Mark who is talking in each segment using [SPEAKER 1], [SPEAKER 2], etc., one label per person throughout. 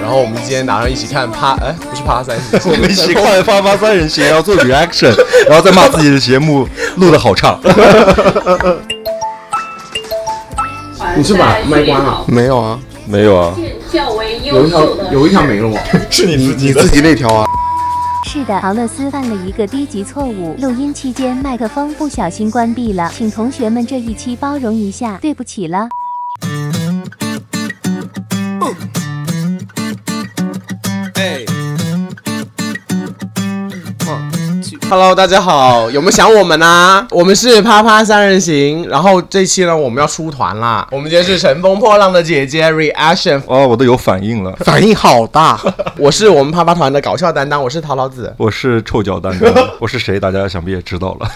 [SPEAKER 1] 然后我们今天打算一起看趴，哎，不是趴三十，
[SPEAKER 2] 我们一 起看《发发三人行》，然后做 reaction，然后再骂自己的节目录的好差。
[SPEAKER 1] 你是把麦关了？
[SPEAKER 3] 没有啊，
[SPEAKER 2] 没有啊，
[SPEAKER 4] 较为
[SPEAKER 1] 有
[SPEAKER 4] 优
[SPEAKER 1] 一条
[SPEAKER 4] 秀的
[SPEAKER 1] 有一条没了吗？
[SPEAKER 2] 是你自
[SPEAKER 3] 你自己那条啊。
[SPEAKER 5] 是的，陶乐斯犯了一个低级错误，录音期间麦克风不小心关闭了，请同学们这一期包容一下，对不起了。
[SPEAKER 1] Hello，大家好，有没有想我们啊？我们是啪啪三人行，然后这期呢我们要出团啦。我们今天是乘风破浪的姐姐 reaction，
[SPEAKER 2] 哦，我都有反应了。
[SPEAKER 3] 反应好大，
[SPEAKER 1] 我是我们啪啪团的搞笑担当，我是陶老子。
[SPEAKER 2] 我是臭脚蛋糕，我是谁？大家想必也知道了。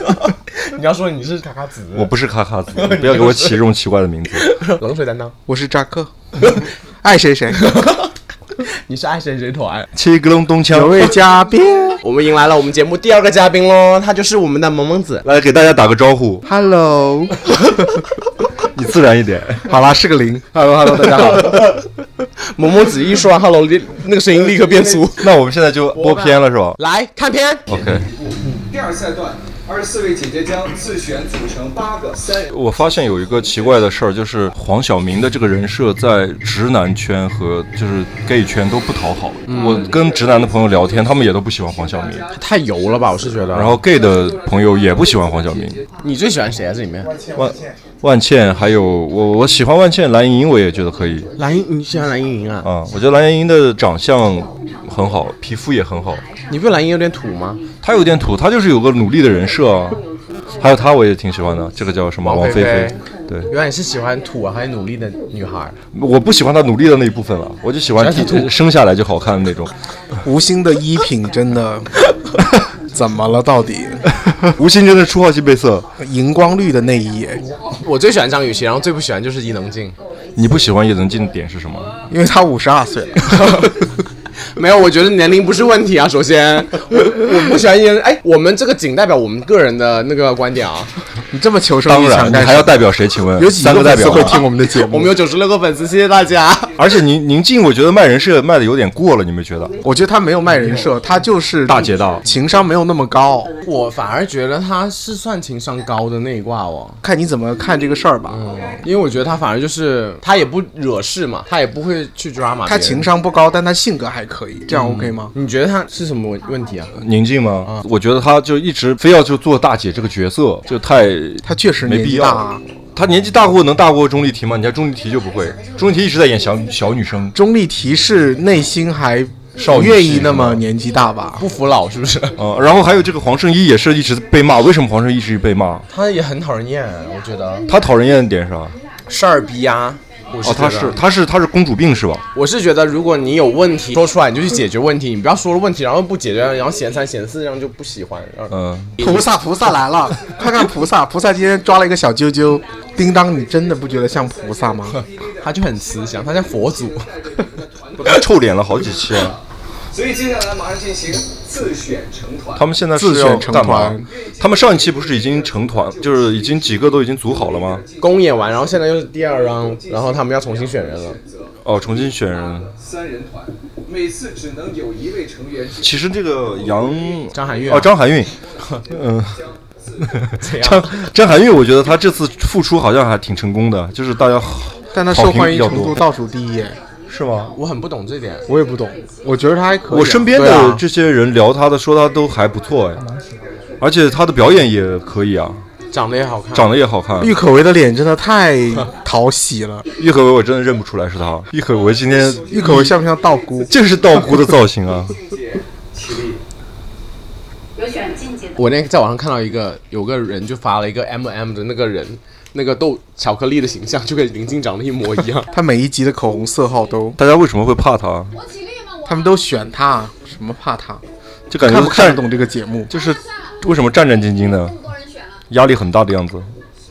[SPEAKER 1] 你要说你是卡卡 子，
[SPEAKER 2] 我不是哈哈子，你不要给我起这种奇怪的名字。
[SPEAKER 1] 冷水担当，
[SPEAKER 3] 我是 扎克，爱谁谁。
[SPEAKER 1] 你是爱谁谁团。
[SPEAKER 2] 七个隆咚
[SPEAKER 3] 有
[SPEAKER 2] 锵，
[SPEAKER 3] 位嘉宾
[SPEAKER 1] 我们迎来了我们节目第二个嘉宾喽，他就是我们的萌萌子。
[SPEAKER 2] 来给大家打个招呼，
[SPEAKER 3] ，Hello，
[SPEAKER 2] 你自然一点。
[SPEAKER 3] 好啦，是个零。
[SPEAKER 2] Hello Hello，大家好。
[SPEAKER 1] 萌萌子一说完 hello，立那个声音立刻变粗。
[SPEAKER 2] 那我们现在就播片了是吧
[SPEAKER 1] 来看片，
[SPEAKER 2] ？OK。
[SPEAKER 6] 第二赛段，二十四位姐姐将自选组成八个三人。
[SPEAKER 2] 我发现有一个奇怪的事儿，就是黄晓明的这个人设在直男圈和就是 gay 圈都不讨好。我跟直男的朋友聊天，他们也都不喜欢黄晓明，
[SPEAKER 1] 太油了吧？我是觉得。
[SPEAKER 2] 然后 gay 的朋友也不喜欢黄晓明。
[SPEAKER 1] 你最喜欢谁啊？这里面，
[SPEAKER 2] 万万茜，还有我我喜欢万茜，蓝盈莹我也觉得可以
[SPEAKER 1] 蓝莹，你喜欢蓝莹莹啊？
[SPEAKER 2] 啊、我觉得蓝盈莹的长相很好，皮肤也很好，
[SPEAKER 1] 你不觉得蓝莹莹有点土吗？
[SPEAKER 2] 她有点土，她就是有个努力的人设啊。还有她我也挺喜欢的，这个叫什么
[SPEAKER 1] 王
[SPEAKER 2] 王菲
[SPEAKER 1] 菲菲
[SPEAKER 2] 菲，对。
[SPEAKER 1] 原来你是喜欢土啊还努力的女孩。
[SPEAKER 2] 我不喜欢她努力的那一部分了，我就喜欢
[SPEAKER 1] 喜欢她
[SPEAKER 2] 她生下来就好看的那种。
[SPEAKER 3] 吴昕的衣品真的 怎么了？到底
[SPEAKER 2] 吴昕真的出好几倍色，
[SPEAKER 3] 荧光绿的内衣，
[SPEAKER 1] 我最喜欢张雨绮，然后最不喜欢就是伊能静。
[SPEAKER 2] 你不喜欢叶能静的点是什么？
[SPEAKER 3] 因为她五十二岁了。
[SPEAKER 1] 没有，我觉得年龄不是问题啊。首先，我我不喜欢伊能。哎，我们这个仅代表我们个人的那个观点啊。
[SPEAKER 3] 你这么求生
[SPEAKER 2] 当
[SPEAKER 3] 欲强
[SPEAKER 2] 然，你
[SPEAKER 3] 干
[SPEAKER 2] 还
[SPEAKER 3] 什
[SPEAKER 2] 要
[SPEAKER 3] 么？
[SPEAKER 2] 代表谁？请问
[SPEAKER 3] 有几
[SPEAKER 2] 三
[SPEAKER 3] 个
[SPEAKER 2] 个代
[SPEAKER 3] 粉丝
[SPEAKER 2] 表啊
[SPEAKER 3] 会
[SPEAKER 2] 吗？
[SPEAKER 3] 听我们的节目？
[SPEAKER 1] 我们有九十六个粉丝，谢谢大家。
[SPEAKER 2] 而且宁宁静，我觉得卖人设卖的有点过了，你们觉得？
[SPEAKER 3] 我觉得他没有卖人设，他就是
[SPEAKER 2] 嗯大姐大
[SPEAKER 3] 情商没有那么高。
[SPEAKER 1] 我反而觉得她是算情商高的那一挂哦。
[SPEAKER 3] 看你怎么看这个事儿吧。
[SPEAKER 2] 嗯
[SPEAKER 1] 因为我觉得他反而就是他也不惹事嘛，他也不会去抓嘛。
[SPEAKER 3] 他情，商不高，但他性格还可以，
[SPEAKER 2] 嗯
[SPEAKER 3] 这样 OK 吗？
[SPEAKER 1] 你觉得他是什么问问题啊？
[SPEAKER 2] 宁静吗？我觉得她就一直非要就做大姐这个角色，就太
[SPEAKER 3] 他确实
[SPEAKER 2] 没
[SPEAKER 3] 年
[SPEAKER 2] 必
[SPEAKER 3] 纪
[SPEAKER 2] 要
[SPEAKER 3] 大啊
[SPEAKER 2] 了。。她年纪大过能大过钟丽缇吗？你看钟丽缇就不会，钟丽缇一直在演小小女生。
[SPEAKER 3] 钟丽缇是内心还
[SPEAKER 2] 少
[SPEAKER 3] 不
[SPEAKER 2] 女
[SPEAKER 3] 愿
[SPEAKER 2] 心
[SPEAKER 3] 意那
[SPEAKER 2] 吗
[SPEAKER 3] 么年纪大吧？
[SPEAKER 1] 不服老是不是？
[SPEAKER 2] 呃，然后还有这个黄圣依也是一直被骂，为什么黄圣依一直被骂？
[SPEAKER 1] 他也很讨人厌，我觉得
[SPEAKER 2] 她讨人厌的点是啥？
[SPEAKER 1] 事儿逼啊。我是
[SPEAKER 2] 哦，她
[SPEAKER 1] 觉
[SPEAKER 2] 是
[SPEAKER 1] 得，
[SPEAKER 2] 她是她是公主病是吧？
[SPEAKER 1] 我是觉得，如果你有问题说出来，你就去解决问题，你不要说了问题，然后不解决，然后嫌三嫌四，这样就不喜欢。然后
[SPEAKER 2] 嗯、
[SPEAKER 3] 菩萨，菩萨来了！快看菩萨，菩萨今天抓了一个小啾啾。叮当，你真的不觉得像菩萨吗？
[SPEAKER 1] 他就很慈祥，他像佛祖。
[SPEAKER 2] 臭脸了好几期啊了。
[SPEAKER 6] 所以接下来马上进行自选成团。
[SPEAKER 2] 他们现在是
[SPEAKER 3] 自选
[SPEAKER 2] 要
[SPEAKER 3] 成
[SPEAKER 2] 干嘛
[SPEAKER 3] 团？
[SPEAKER 2] 他们上一期不是已经成团，就是已经几个都已经组好了吗？
[SPEAKER 1] 公演完，然后现在又是第二 round，然后他们要重新选人了。
[SPEAKER 2] 哦，重新选人。
[SPEAKER 6] 三人团，每次只能有一位成员
[SPEAKER 2] 其实这个杨
[SPEAKER 1] 张含韵啊
[SPEAKER 2] 哦，张 含韵，嗯，张张含韵，我觉得她这次复出好像还挺成功的，就是大家
[SPEAKER 3] 但他
[SPEAKER 2] 好
[SPEAKER 3] 受
[SPEAKER 2] 评
[SPEAKER 3] 欢
[SPEAKER 2] 比
[SPEAKER 3] 迎
[SPEAKER 2] 较
[SPEAKER 3] 程度
[SPEAKER 2] 多，
[SPEAKER 3] 倒数第一耶，
[SPEAKER 2] 是吗？
[SPEAKER 1] 我很不懂这点，
[SPEAKER 3] 我也不懂。我觉得他还可以啊。
[SPEAKER 2] 我身边
[SPEAKER 3] 对
[SPEAKER 2] 的
[SPEAKER 3] 啊
[SPEAKER 2] 这些人聊她的，说她都还不错哎，而且她的表演也可以啊，
[SPEAKER 1] 长得也好看，
[SPEAKER 2] 长得也好看。
[SPEAKER 3] 郁可唯的脸真的太讨喜了。
[SPEAKER 2] 郁可唯我真的认不出来是她，郁可唯今天
[SPEAKER 3] 郁可唯像不像道姑？。
[SPEAKER 2] 这是道姑的造型啊。
[SPEAKER 4] 有选境界的，
[SPEAKER 1] 我那天在网上看到一个，有个人就发了一个 M、m 的那个人，那个豆巧克力的形象，就跟林静长得一模一样
[SPEAKER 3] 他每一集的口红色号都，
[SPEAKER 2] 大家为什么会怕啊她？
[SPEAKER 3] 他们都选他，什么怕他？
[SPEAKER 2] 就感觉
[SPEAKER 3] 看不看得
[SPEAKER 2] 站
[SPEAKER 3] 懂这个节目？
[SPEAKER 2] 就是为什么战战兢兢的，压力很大的样子。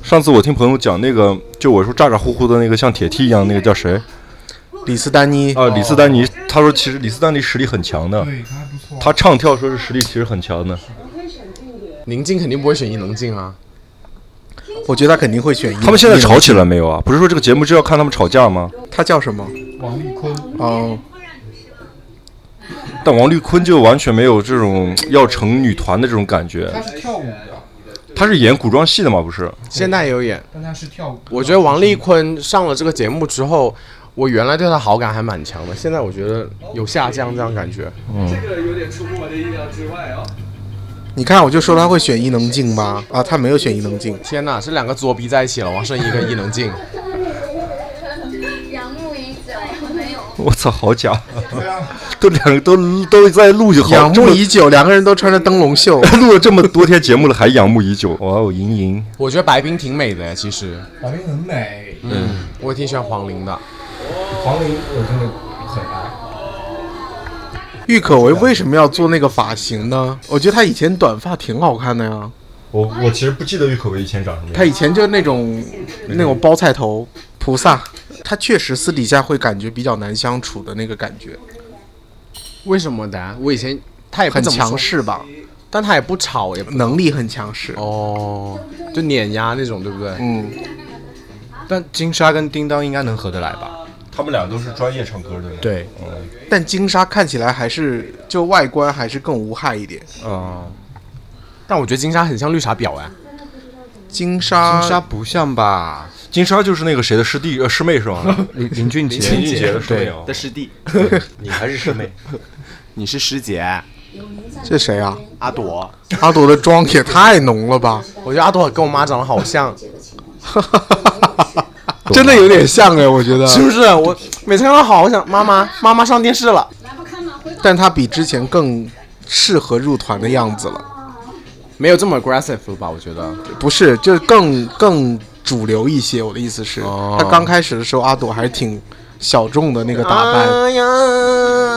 [SPEAKER 2] 上次我听朋友讲那个，就我说咋咋呼呼的那个像铁梯一样那个叫谁
[SPEAKER 3] 李斯丹妮
[SPEAKER 2] 啊？李斯丹妮，他说其实李斯丹妮实力很强的，他唱跳说是实力其实很强的。
[SPEAKER 1] 宁静肯定不会选伊能静啊，
[SPEAKER 3] 我觉得他肯定会选一。
[SPEAKER 2] 他们现在吵起来没有啊？嗯不是说这个节目就要看他们吵架吗？
[SPEAKER 3] 他叫什么？
[SPEAKER 7] 王丽坤，
[SPEAKER 3] 哦，
[SPEAKER 2] 但王丽坤就完全没有这种要成女团的这种感觉
[SPEAKER 7] 他，是跳舞的，
[SPEAKER 2] 他是演古装戏的嘛，不是？
[SPEAKER 1] 现在有演。
[SPEAKER 7] 但他是跳舞。
[SPEAKER 1] 我觉得王丽坤上了这个节目之后，我原来对她好感还蛮强的，现在我觉得有下降这样感觉。
[SPEAKER 6] 这个有点出乎我的意料之外哦。
[SPEAKER 3] 你看我就说他会选伊能静吧，啊，他没有选伊能静，
[SPEAKER 1] 天哪，这两个作逼在一起了，王圣依跟伊能静。
[SPEAKER 8] 仰慕已久，没有。
[SPEAKER 2] 我操，好假！ 都两个都都在录就好，
[SPEAKER 3] 仰
[SPEAKER 2] 这
[SPEAKER 3] 慕
[SPEAKER 2] 么
[SPEAKER 3] 已久，两个人都穿着灯笼袖。
[SPEAKER 2] 录了这么多天节目了，还仰慕已久。哇哦，莹莹，
[SPEAKER 1] 我觉得白冰挺美的，其实，
[SPEAKER 7] 白冰很美，
[SPEAKER 1] 嗯，我也挺喜欢黄龄的。
[SPEAKER 7] 黄龄我真的很爱。
[SPEAKER 3] 郁可唯为什么要做那个发型呢？我觉得她以前短发挺好看的呀，
[SPEAKER 2] 我我其实不记得郁可唯以前长什么
[SPEAKER 3] 她以前就那种那种包菜头菩萨，她确实私底下会感觉比较难相处的那个感觉，
[SPEAKER 1] 为什么的？我以前她也不
[SPEAKER 3] 很
[SPEAKER 1] 怎么
[SPEAKER 3] 强
[SPEAKER 1] 说，
[SPEAKER 3] 势吧，
[SPEAKER 1] 但她也不吵，也不
[SPEAKER 3] 能力很强势。
[SPEAKER 1] 哦，就碾压那种，对不对？
[SPEAKER 3] 嗯，
[SPEAKER 9] 但金莎跟叮当应该能合得来吧？
[SPEAKER 2] 他们俩都是专业唱歌的。
[SPEAKER 9] 对，
[SPEAKER 3] 但金莎看起来还是就外观还是更无害一点。
[SPEAKER 9] 哦、
[SPEAKER 1] 但我觉得金莎很像绿茶婊哎，
[SPEAKER 3] 金莎，
[SPEAKER 9] 金莎不像吧？
[SPEAKER 2] 金莎就是那个谁的师弟呃师妹是吗？
[SPEAKER 9] 林林俊杰，
[SPEAKER 2] 林俊杰的师妹
[SPEAKER 9] 对，
[SPEAKER 2] 哦
[SPEAKER 10] 的。师弟，
[SPEAKER 2] 你还是师妹，
[SPEAKER 10] 你是师姐，
[SPEAKER 3] 这谁啊？
[SPEAKER 10] 阿朵，
[SPEAKER 3] 阿朵的妆也太浓了吧，
[SPEAKER 1] 我觉得阿朵跟我妈长得好 像，
[SPEAKER 3] 真的有点像哎，我觉得。
[SPEAKER 1] 是不是？我每次看到好想妈妈，妈妈上电视了。
[SPEAKER 3] 但她比之前更适合入团的样子了，
[SPEAKER 1] 没有这么 aggressive 了吧？我觉得
[SPEAKER 3] 不是，就更更主流一些。我的意思是，
[SPEAKER 1] 哦
[SPEAKER 3] 她刚开始的时候，阿朵还是挺小众的那个打扮，
[SPEAKER 1] 啊呀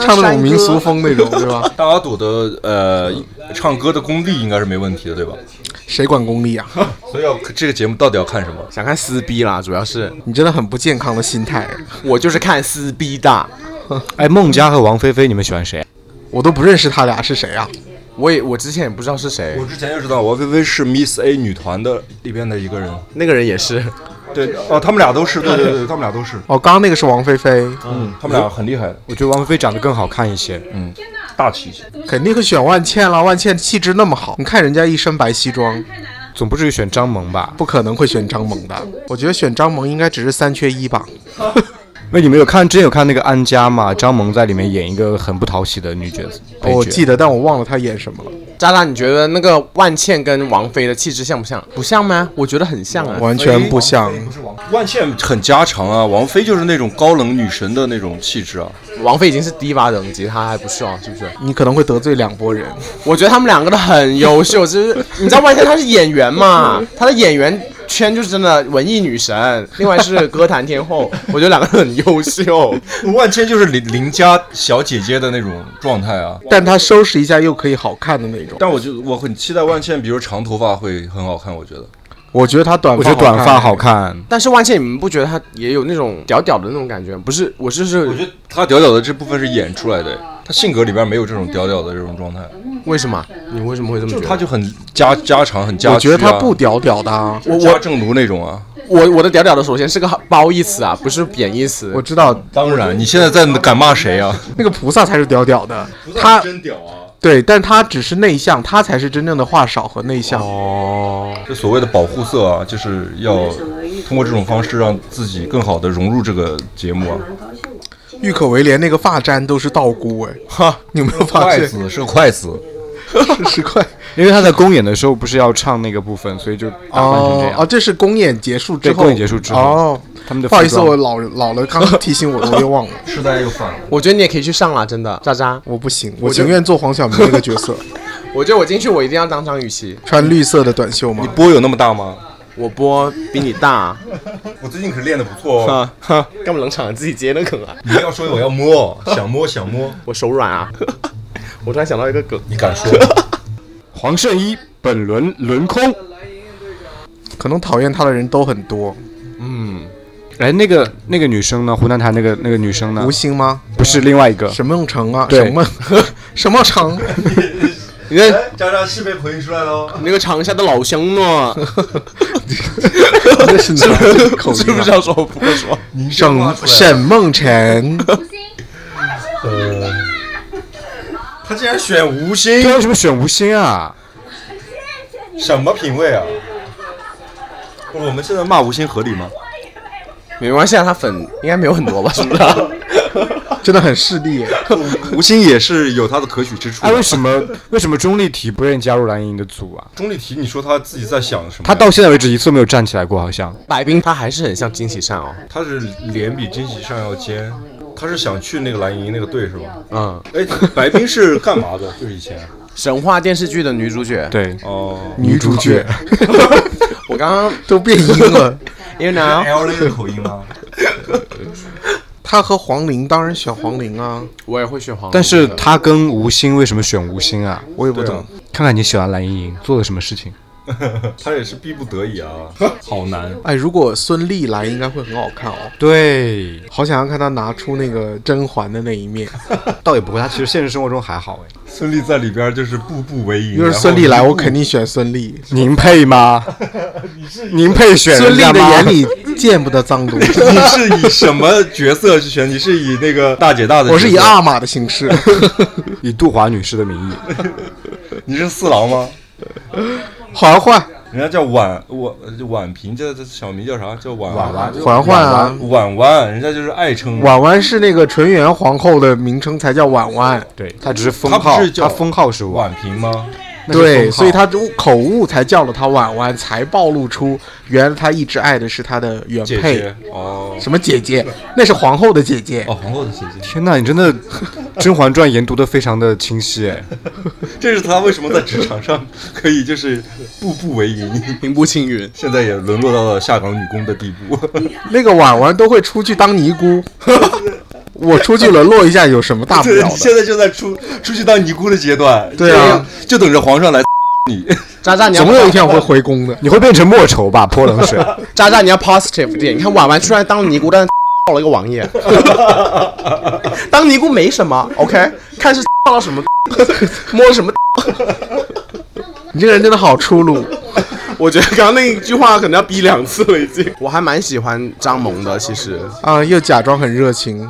[SPEAKER 3] 唱那种民俗，风那种，对吧？
[SPEAKER 2] 大阿朵的呃唱歌的功力应该是没问题的，对吧？
[SPEAKER 3] 谁管功力啊？
[SPEAKER 2] 所以要这个节目到底要看什么？
[SPEAKER 1] 想看撕逼啦，主要是
[SPEAKER 3] 你真的很不健康的心态，
[SPEAKER 1] 我就是看撕逼的。
[SPEAKER 9] 哎，孟佳和王菲菲，你们喜欢谁？
[SPEAKER 3] 我都不认识他俩是谁啊。
[SPEAKER 1] 我也我之前也不知道是谁
[SPEAKER 2] 我，之前就知道王菲菲是 Miss A 女团的里边的一个人。
[SPEAKER 1] 那个人也是，
[SPEAKER 2] 对，哦，他们俩都是，对对对，他们俩都是，
[SPEAKER 3] 哦，刚刚那个是王菲菲，
[SPEAKER 2] 嗯，他们俩很厉害的，
[SPEAKER 9] 我觉得王菲菲长得更好看一些。
[SPEAKER 2] 嗯，大气。
[SPEAKER 3] 肯定会选万茜啦。万茜气质那么好，你看人家一身白西装，
[SPEAKER 9] 总不至于选张萌吧？
[SPEAKER 3] 不可能会选张萌的。我觉得选张萌应该只是三缺一吧。
[SPEAKER 9] 那你们有看之前有看那个安家吗？张萌在里面演一个很不讨喜的女角色，
[SPEAKER 2] 哦
[SPEAKER 9] 配角
[SPEAKER 3] 哦我记得，但我忘了她演什么了。
[SPEAKER 1] 渣渣，你觉得那个万茜跟王菲的气质像不像？不像吗？我觉得很像
[SPEAKER 9] 呃
[SPEAKER 1] 啊。
[SPEAKER 3] 完全不像。
[SPEAKER 2] 万茜很家常啊，王菲就是那种高冷女神的那种气质啊。
[SPEAKER 1] 王菲已经是低八等级，她还不是哦，是不是？
[SPEAKER 3] 你可能会得罪两拨人，
[SPEAKER 1] 我觉得他们两个都很优秀，就是你知道万茜她是演员嘛，她的演员圈就是真的文艺女神，另外是歌坛天 后，我觉得两个都很优秀。
[SPEAKER 2] 万茜就是邻邻家小姐姐的那种状态啊。
[SPEAKER 3] 但她收拾一下又可以好看的那种。
[SPEAKER 2] 但我就我很期待万茜，比如长头发会很好看，我觉得。
[SPEAKER 3] 我觉得她短发，
[SPEAKER 9] 我觉得短发好。看。
[SPEAKER 1] 但是万茜，你们不觉得她也有那种屌屌的那种感觉？不是，我就是
[SPEAKER 2] 我觉得嗯她屌屌的这部分是演出来的，她性格里边没有这种屌屌的这种状态，
[SPEAKER 1] 为什么？你为什么会这么
[SPEAKER 2] 就
[SPEAKER 1] 觉得？
[SPEAKER 2] 她就很家家常，很家、啊。
[SPEAKER 3] 我觉得她不屌屌的、啊，
[SPEAKER 2] 我家正奴那种啊。
[SPEAKER 1] 我我的屌屌的首先是个褒义词啊，不是贬义词。
[SPEAKER 3] 我知道
[SPEAKER 2] 当然，你现在在敢骂谁啊？
[SPEAKER 3] 那个菩萨才是屌屌的，她
[SPEAKER 2] 真屌啊！
[SPEAKER 3] 对，但她只是内向，她才是真正的话少和内向。
[SPEAKER 9] 哦
[SPEAKER 2] 这所谓的保护色啊，就是要通过这种方式让自己更好的融入这个节目啊。
[SPEAKER 3] 郁可唯连那个发簪都是道姑哎，
[SPEAKER 2] 哈，
[SPEAKER 3] 你有没有发
[SPEAKER 2] 筷
[SPEAKER 3] 现？
[SPEAKER 2] 子是个筷子，
[SPEAKER 3] 十块
[SPEAKER 9] 因为他在公演的时候不是要唱那个部分，所以就打扮成这
[SPEAKER 3] 哦
[SPEAKER 9] 样。
[SPEAKER 3] 哦，这是公演结束之
[SPEAKER 9] 对
[SPEAKER 3] 后，
[SPEAKER 9] 公演结束之后
[SPEAKER 3] 哦，
[SPEAKER 9] 他们的
[SPEAKER 3] 不好意思，
[SPEAKER 9] 服装
[SPEAKER 3] 我老老了，刚刚提醒我了，我又忘了，
[SPEAKER 2] 时代又反了。
[SPEAKER 1] 我觉得你也可以去上啦，啊真的，渣渣。
[SPEAKER 3] 我不行，我情愿做黄晓明那个角色，
[SPEAKER 1] 我觉得我进去我一定要当张雨绮。
[SPEAKER 3] 穿绿色的短袖吗？
[SPEAKER 2] 波有那么大吗？
[SPEAKER 1] 我波比你 大，
[SPEAKER 2] 我最近可是练的不错哦。
[SPEAKER 9] 啊
[SPEAKER 1] 哈哈，干嘛冷场？自己接那梗啊？
[SPEAKER 2] 你要说我要摸，想摸想摸，
[SPEAKER 1] 我手 软啊！我突然想到一个梗，
[SPEAKER 2] 你敢说？
[SPEAKER 9] 黄圣依本轮轮空。
[SPEAKER 3] 可能讨厌他的人都很多，
[SPEAKER 9] 哎，那个那个女生呢？湖南台那个那个女生呢
[SPEAKER 3] 吴？昕吗？
[SPEAKER 9] 不是另外一个，
[SPEAKER 3] 沈梦辰啊，
[SPEAKER 9] 对
[SPEAKER 3] 沈梦沈梦辰，
[SPEAKER 11] 你那
[SPEAKER 2] 渣渣哎是被回应出来了哦。
[SPEAKER 11] 你那个长沙的老乡呢？
[SPEAKER 3] 这是 哪里口
[SPEAKER 11] 知
[SPEAKER 3] 音
[SPEAKER 11] 不
[SPEAKER 3] 啊
[SPEAKER 11] 知道说我不会说？
[SPEAKER 3] 沈沈梦辰，
[SPEAKER 2] 他竟然选吴昕
[SPEAKER 9] 哎对，为什么选吴昕啊？
[SPEAKER 2] 什么品味啊？不是，我们现在骂吴昕合理 吗？
[SPEAKER 11] 没关系啊，他粉应该没有很多吧？是不是？
[SPEAKER 3] 真的很势利耶。
[SPEAKER 2] 吴昕也是有他的可取之处
[SPEAKER 9] 哎，。为什么为什么钟丽缇不愿意加入蓝莹莹的组啊？
[SPEAKER 2] 钟丽缇，你说她自己在想什么呀？
[SPEAKER 9] 她到现在为止一次没有站起来过，好像。
[SPEAKER 11] 白冰她还是很像金喜善哦。
[SPEAKER 2] 她是脸比金喜善要尖，她是想去那个蓝莹莹那个队是吧？
[SPEAKER 11] 嗯，
[SPEAKER 2] 哎，白冰是干嘛的？就是以前
[SPEAKER 11] 神话电视剧的女主角。
[SPEAKER 9] 对，
[SPEAKER 2] 哦
[SPEAKER 3] 女主角
[SPEAKER 11] 我刚刚
[SPEAKER 3] 都变音了，
[SPEAKER 11] 因为呢，
[SPEAKER 2] ，L A 的口音 吗？
[SPEAKER 3] 她和黄龄当然选黄龄啊，
[SPEAKER 11] 我也会选黄。
[SPEAKER 9] 但是她跟吴昕为什么选吴昕啊？
[SPEAKER 3] 我也不懂。
[SPEAKER 9] 看看你喜欢蓝莹莹做了什么事情？
[SPEAKER 2] 她也是逼不得已 啊，好难。
[SPEAKER 3] 哎，如果孙俪来，应该会很好看哦。
[SPEAKER 9] 对，
[SPEAKER 3] 好想要看她拿出那个甄嬛的那一面。
[SPEAKER 9] 倒也不会，她其实现实生活中还好哎。
[SPEAKER 2] 孙俪在里边就是步步为营。
[SPEAKER 3] 要是孙俪来，我肯定选孙俪。
[SPEAKER 9] 您 配吗？您配选
[SPEAKER 3] 孙
[SPEAKER 9] 人
[SPEAKER 3] 俪
[SPEAKER 9] 家
[SPEAKER 3] 的
[SPEAKER 9] 吗
[SPEAKER 3] 眼里见不得脏东西。
[SPEAKER 2] 你 是以什么角色去选？你是以那个大姐大的？
[SPEAKER 3] 我是以，阿玛的形式，
[SPEAKER 9] 以杜华女士的名义，
[SPEAKER 2] 你是四郎吗？
[SPEAKER 3] 嬛嬛，
[SPEAKER 2] 人家叫婉婉婉萍，叫这小名叫啥？叫婉婉
[SPEAKER 3] 嬛嬛啊，
[SPEAKER 2] 婉婉，人家就是爱称。
[SPEAKER 3] 婉婉是那个纯元皇后的名称才叫婉婉，
[SPEAKER 9] 对 她只是封
[SPEAKER 2] 她不
[SPEAKER 9] 号
[SPEAKER 2] 是，叫
[SPEAKER 9] 她封号是我。
[SPEAKER 2] 婉萍吗？
[SPEAKER 9] 那是
[SPEAKER 3] 对，
[SPEAKER 9] 封号
[SPEAKER 3] 所以她就口误才叫了她婉婉，才暴露出原来她一直爱的是她的原
[SPEAKER 2] 姐
[SPEAKER 3] 配
[SPEAKER 2] 姐，哦
[SPEAKER 3] 什么姐姐，那是皇后的姐姐
[SPEAKER 2] 哦，，皇后的姐姐，
[SPEAKER 9] 天呐，你真的《甄嬛传》研读的非常的清晰哎。
[SPEAKER 2] 这是她为什么在职场上可以就是步步为营，
[SPEAKER 11] 平步青云，
[SPEAKER 2] 现在也沦落到了下岗女工的地步。
[SPEAKER 3] 那个婉婉都会出去当尼姑，我出去沦落一下有什么大不
[SPEAKER 2] 对，
[SPEAKER 3] 了
[SPEAKER 2] 你
[SPEAKER 3] 的？
[SPEAKER 2] 现在就在出出去当尼姑的阶段。
[SPEAKER 3] 对啊
[SPEAKER 2] 就，就等着皇上来 你。
[SPEAKER 11] 渣渣你要
[SPEAKER 3] 总有一天我会回宫的。
[SPEAKER 9] 你会变成莫愁吧？泼冷水。
[SPEAKER 11] 渣渣你要 positive 一点。你看婉婉虽然当了 尼姑，但是到了一个王爷，当尼姑没什么，OK，看是 到了什么，摸了什么。
[SPEAKER 3] 你这个人真的好粗鲁，
[SPEAKER 11] 我觉得刚刚那一句话可能要逼两次了，已经。我还蛮喜欢张萌的，其实
[SPEAKER 3] 啊，又假装很热情，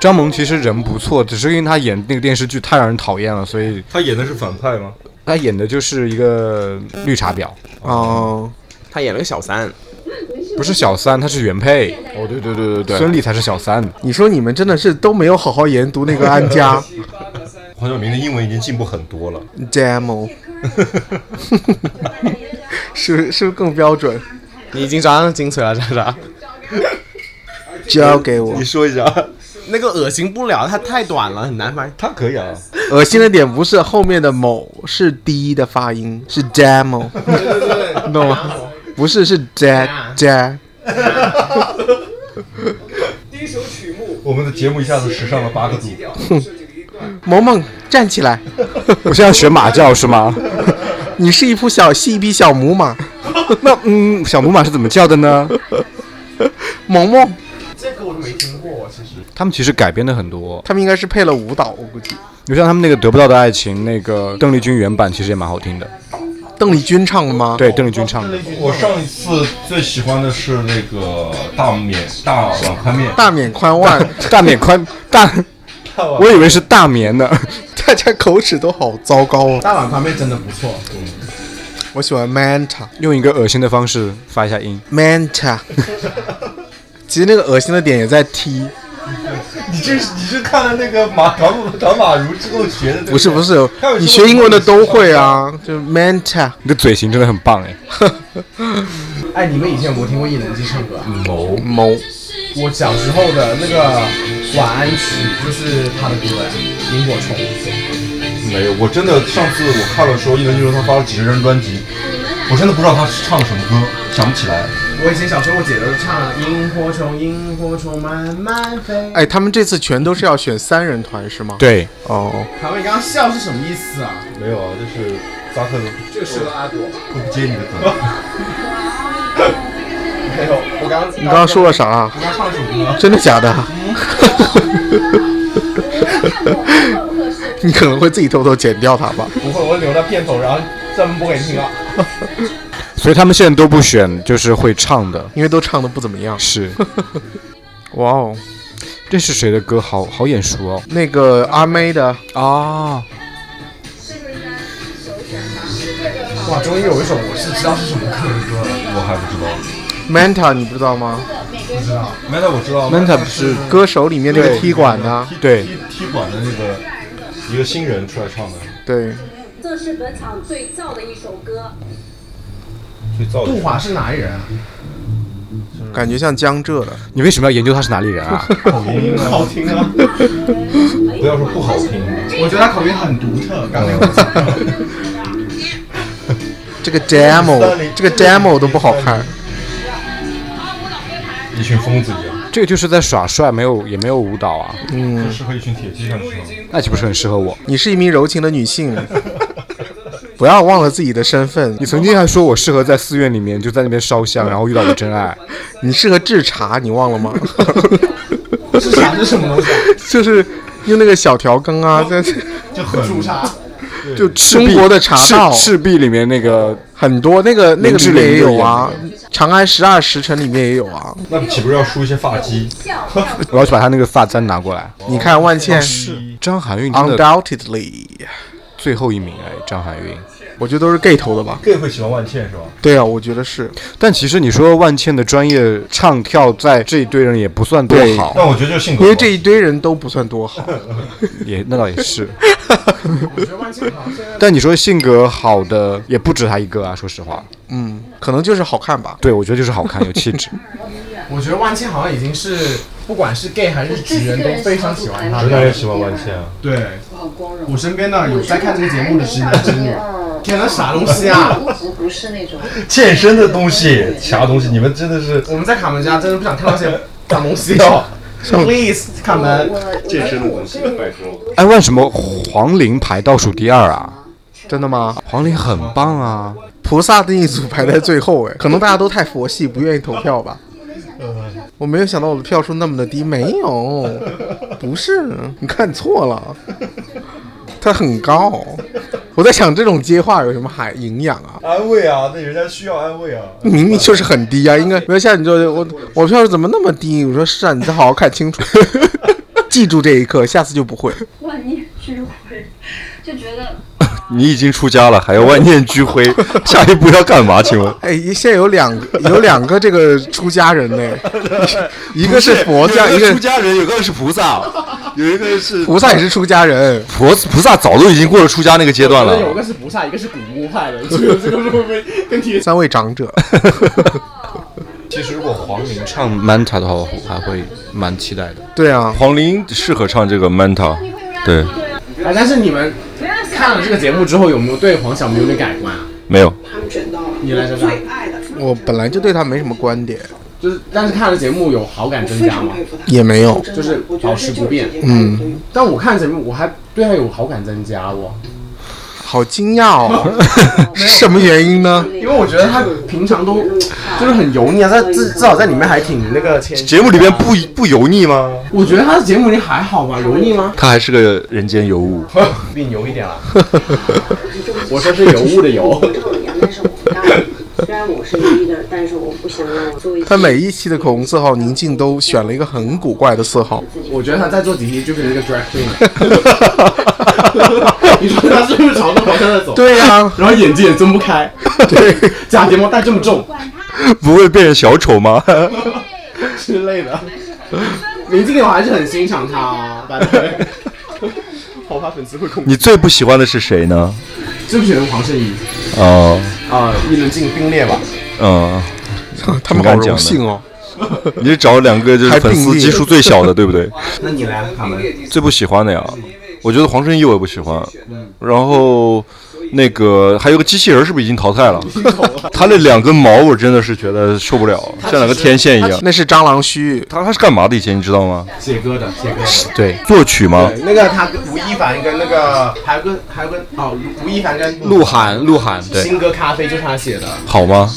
[SPEAKER 9] 张萌其实人不错，只是因为她演那个电视剧太让人讨厌了，所以
[SPEAKER 2] 她演的是反派吗？
[SPEAKER 9] 她演的就是一个绿茶婊，
[SPEAKER 3] 哦，
[SPEAKER 11] 他演了个小三，
[SPEAKER 9] 不是小三，她是原配。哦，对对对对对，孙俪才是小三。
[SPEAKER 3] 你说你们真的是都没有好好研读那个安家
[SPEAKER 2] 黄晓明的英文已经进步很多了。
[SPEAKER 3] demo，是不是是不是更 标准？
[SPEAKER 11] 你已经沾上精髓了，渣渣。
[SPEAKER 3] 交给我
[SPEAKER 2] 你，说一下，
[SPEAKER 11] 那个恶心不了，它太短了，很难翻。
[SPEAKER 2] 他可以啊。
[SPEAKER 3] 恶心的点不是后面的某是低的发音，是 demo，你 懂吗？不是是 ja ja，
[SPEAKER 1] 第一首曲目，
[SPEAKER 2] 我们的节目一下子时尚了八个度
[SPEAKER 1] 基，调是这个一段，
[SPEAKER 3] 萌萌站起来，
[SPEAKER 9] 我现在学马叫是吗？
[SPEAKER 3] 你是一匹小是一匹小母马，
[SPEAKER 9] 那嗯，小母马是怎么叫的呢？
[SPEAKER 3] 萌萌
[SPEAKER 9] 他们其实改编的很多，
[SPEAKER 3] 他们应该是配了舞蹈，我估计
[SPEAKER 9] 就像他们那个得不到的爱情，那个邓丽君原版其实也蛮好听的。
[SPEAKER 3] 邓丽君唱的吗？，
[SPEAKER 9] 对，邓丽君唱的。
[SPEAKER 2] 我上一次最喜欢的是那个大面大碗宽面，
[SPEAKER 3] 大免宽万，
[SPEAKER 9] 大冕宽大，我以为是大棉呢。
[SPEAKER 3] 大家口齿都好糟糕哦。
[SPEAKER 12] 大碗旁边真的不错，嗯
[SPEAKER 3] 我喜欢 Manta
[SPEAKER 9] 用一个恶心的方式发一下音。
[SPEAKER 3] Manta，其实那个恶心的点也在 T，
[SPEAKER 2] 你这是你是看了那个马长鲁长马如之后学的？
[SPEAKER 3] 不是不，是
[SPEAKER 2] 还有，
[SPEAKER 3] 你
[SPEAKER 2] 什么
[SPEAKER 3] 学英文的都会啊，就 Manta。
[SPEAKER 9] 你的嘴型真的很棒哎。
[SPEAKER 12] 哎，你们以前有没有听过艺人机唱歌啊？
[SPEAKER 3] 某
[SPEAKER 12] 我小时候的那个晚安曲就是他的歌哎，《萤火虫》。
[SPEAKER 2] 没有，我真的上次我看的时候，一轮就是他发了几十张专辑，我真的不知道他唱什么歌，想不起来。
[SPEAKER 12] 我以前小时候，我姐都唱《萤火虫》，萤火虫慢慢飞。
[SPEAKER 3] 哎，他们这次全都是要选三人团是吗？，
[SPEAKER 9] 对，
[SPEAKER 3] 哦，
[SPEAKER 12] 唐伟刚刚笑是什么意思啊？
[SPEAKER 2] 没有啊，就是扎克
[SPEAKER 12] 这个适合阿朵吧？
[SPEAKER 2] 不接你的梗。
[SPEAKER 12] 没有，我刚刚
[SPEAKER 3] 你刚刚说了啥？啊
[SPEAKER 12] 我刚唱了什么歌？
[SPEAKER 3] 真的假的？ 你可能会自己偷偷剪掉它吧？
[SPEAKER 12] 不会，我会留到片头，然后专门播给你听啊。
[SPEAKER 9] 所以他们现在都不选，就是会唱 的。
[SPEAKER 3] 因为都唱的不怎么样。
[SPEAKER 9] 是，
[SPEAKER 3] 哇哦，
[SPEAKER 9] 这是谁的歌？好好眼熟哦。
[SPEAKER 3] 那个阿妹的，
[SPEAKER 9] 啊，
[SPEAKER 12] 哇，终于有一首我是知道是什么课的歌了，
[SPEAKER 2] 我还不知道。
[SPEAKER 3] Manta 你不知道吗？
[SPEAKER 12] 不知道。
[SPEAKER 2] 啊 Meta 我知道
[SPEAKER 9] Manta 不是
[SPEAKER 3] 歌手里面那个
[SPEAKER 2] 对
[SPEAKER 3] 踢馆的啊，
[SPEAKER 9] 对
[SPEAKER 2] 踢踢馆的那个一个新人出来唱的，
[SPEAKER 3] 对，
[SPEAKER 4] 这是本场最燥的一首歌，
[SPEAKER 2] 最造
[SPEAKER 12] 杜华是哪里人啊？
[SPEAKER 3] 感觉像江浙的。
[SPEAKER 9] 你为什么要研究他是哪里人 啊？
[SPEAKER 2] 口音
[SPEAKER 12] 好听 啊！
[SPEAKER 2] 不要说不好听，
[SPEAKER 12] 我觉得他口音很独特，刚才我讲到
[SPEAKER 3] 这个 demo，这个 demo 都不好看。
[SPEAKER 2] 一群疯子一样，
[SPEAKER 9] 这个就是在耍帅，没有也没有舞蹈啊，
[SPEAKER 3] 嗯
[SPEAKER 2] 很适合一群铁骑上去唱。
[SPEAKER 9] 那岂不是很适合我？
[SPEAKER 3] 你是一名柔情的女性， 不要忘了自己的身份。
[SPEAKER 9] 你曾经还说我适合在寺院里面就在那边烧香，然后遇到我真爱。
[SPEAKER 3] 你适合制茶，你忘了吗？
[SPEAKER 12] 是啥是什么东西啊？
[SPEAKER 3] 就是用那个小调羹啊，在
[SPEAKER 12] 就喝煮茶，
[SPEAKER 3] 就
[SPEAKER 9] 赤壁
[SPEAKER 3] 中国的茶道
[SPEAKER 9] 赤赤壁里面那个
[SPEAKER 3] 很多那个那个
[SPEAKER 9] 林志
[SPEAKER 3] 里面也
[SPEAKER 9] 玲就
[SPEAKER 3] 有啊，《长安十二时辰》里面也有啊。
[SPEAKER 2] 那岂不是要梳一些发髻？
[SPEAKER 9] 我要去把他那个发簪拿过来。
[SPEAKER 3] 你看万茜
[SPEAKER 9] 张含韵真的
[SPEAKER 3] ，undoubtedly，
[SPEAKER 9] 最后一名哎，张含韵。
[SPEAKER 3] 我觉得都是 gay 头的吧？
[SPEAKER 2] gay 会喜欢万茜是吧？
[SPEAKER 3] 对啊，我觉得是。
[SPEAKER 9] 但其实你说万茜的专业唱跳在这一堆人也不算多
[SPEAKER 3] 对
[SPEAKER 9] 好，
[SPEAKER 2] 但我觉得就是性格吧，
[SPEAKER 3] 因为这一堆人都不算多好，
[SPEAKER 9] 也那倒也是。但你说性格好的也不止他一个啊，说实话。
[SPEAKER 3] 嗯，可能就是好看吧。
[SPEAKER 9] 对，我觉得就是好看，有气质。
[SPEAKER 12] 我觉得万茜好像已经是不管是 gay 还是直人都非常喜欢她
[SPEAKER 2] 直男
[SPEAKER 12] 的。
[SPEAKER 2] 也喜欢万茜啊。
[SPEAKER 12] 对，我身边的有在看这个节目的直男直女，天哪，啥东西 啊？
[SPEAKER 13] 嗯一直不是那种
[SPEAKER 2] 健身的东西，啥东西？你们真的是
[SPEAKER 12] 我们在卡门家真的不想看到些脏东西哦。Please，卡门，
[SPEAKER 14] 健身的东西，拜托。
[SPEAKER 9] 哎，为什么黄龄排倒数第二啊？
[SPEAKER 3] 真的吗？
[SPEAKER 9] 黄龄很棒啊，
[SPEAKER 3] 菩萨那一组排在最后，哎，可能大家都太佛系，不愿意投票吧。我没有想到我的票数那么的低，没有，不是，你看错了，它很高。我在想这种接话有什么还营养啊？
[SPEAKER 2] 安慰啊，那人家需要安慰啊。
[SPEAKER 3] 明明就是很低啊，应该没有像你说的，我我票数怎么那么低？我说是啊，你再好好看清楚， 记住这一刻，下次就不会。
[SPEAKER 4] 万念俱灰，就觉得
[SPEAKER 2] 你已经出家了，还要万念俱 灰，下一步要干嘛？请问？
[SPEAKER 3] 哎，现在有两个有两个这个出家人呢，一个是佛教，一个
[SPEAKER 2] 出家人，有个是菩萨，有一个是
[SPEAKER 3] 菩萨也是出家人，
[SPEAKER 2] 菩菩萨，早都已经过了出家那个阶段了。
[SPEAKER 1] 有一个是菩萨，一个是古墓派的，你觉得这个是会不会跟体
[SPEAKER 3] 三位长者。
[SPEAKER 2] 其实如果黄龄唱，
[SPEAKER 9] 唱 Manta 的话，我还会蛮期待的。
[SPEAKER 3] 对啊，
[SPEAKER 2] 黄龄适合唱这个 Manta，对，
[SPEAKER 1] 哎，但是你们看了这个节目之后，有没有对黄晓明有点改观啊？
[SPEAKER 2] 没有
[SPEAKER 1] 你来说说，
[SPEAKER 6] 嗯
[SPEAKER 3] 我本来就对他没什么观点，
[SPEAKER 1] 就是但是看了节目有好感增加吗？
[SPEAKER 3] 也没有。
[SPEAKER 1] 就是保持不变。
[SPEAKER 3] 嗯，
[SPEAKER 1] 但我看节目，我还对他有好感增加哦，
[SPEAKER 3] 好惊讶 哦，是什么原因呢？
[SPEAKER 1] 因为我觉得他平常都就是很油腻啊，在至至少在里面还挺那个谦虚。
[SPEAKER 2] 节目里边不不油腻吗？
[SPEAKER 1] 我觉得他的节目里还好吧，油腻吗？
[SPEAKER 2] 他还是个人间尤物，
[SPEAKER 1] 比 你油一点了。 我说是油污的油。
[SPEAKER 4] 虽然我是 leader，但是我不想让我作为
[SPEAKER 3] 他每一期的口红色号宁静都选了一个很古怪的色号，
[SPEAKER 1] 我觉得他再做几期就变成一个 drag queen 了。你说他是不是朝着黄山在走？
[SPEAKER 3] 对啊呀、
[SPEAKER 1] 然后眼睛也睁不开，对，假睫毛戴这么重
[SPEAKER 2] 不会变成小丑吗？
[SPEAKER 1] 之类的。林静，我还是很欣赏他 啊，拜拜。好怕粉丝会控制。
[SPEAKER 2] 你最不喜欢的是谁呢？
[SPEAKER 1] 是不是喜欢黄圣依
[SPEAKER 2] 哦，
[SPEAKER 1] 啊？伊能静并列吧。
[SPEAKER 2] 嗯，
[SPEAKER 3] 他们好荣幸哦。
[SPEAKER 2] 你是找两个就是粉丝基数最小的，对不对？
[SPEAKER 1] 那你来，卡门。
[SPEAKER 2] 最不喜欢的呀，我觉得黄圣依我也不喜欢，然后那个还有个机器人是不是已经淘汰了？他那两根毛我真的是觉得受不了，像两个天线一样。
[SPEAKER 3] 那是蟑螂须，
[SPEAKER 2] 他他是干嘛的？以前你知道吗？
[SPEAKER 1] 写歌的，写歌的。
[SPEAKER 2] 对，作曲吗？
[SPEAKER 1] 那个他跟吴亦凡跟那个还有个还有个哦，吴亦凡跟
[SPEAKER 9] 鹿晗，鹿晗
[SPEAKER 1] 新
[SPEAKER 9] 对，
[SPEAKER 1] 歌《咖啡》就是他写的，
[SPEAKER 2] 好吗？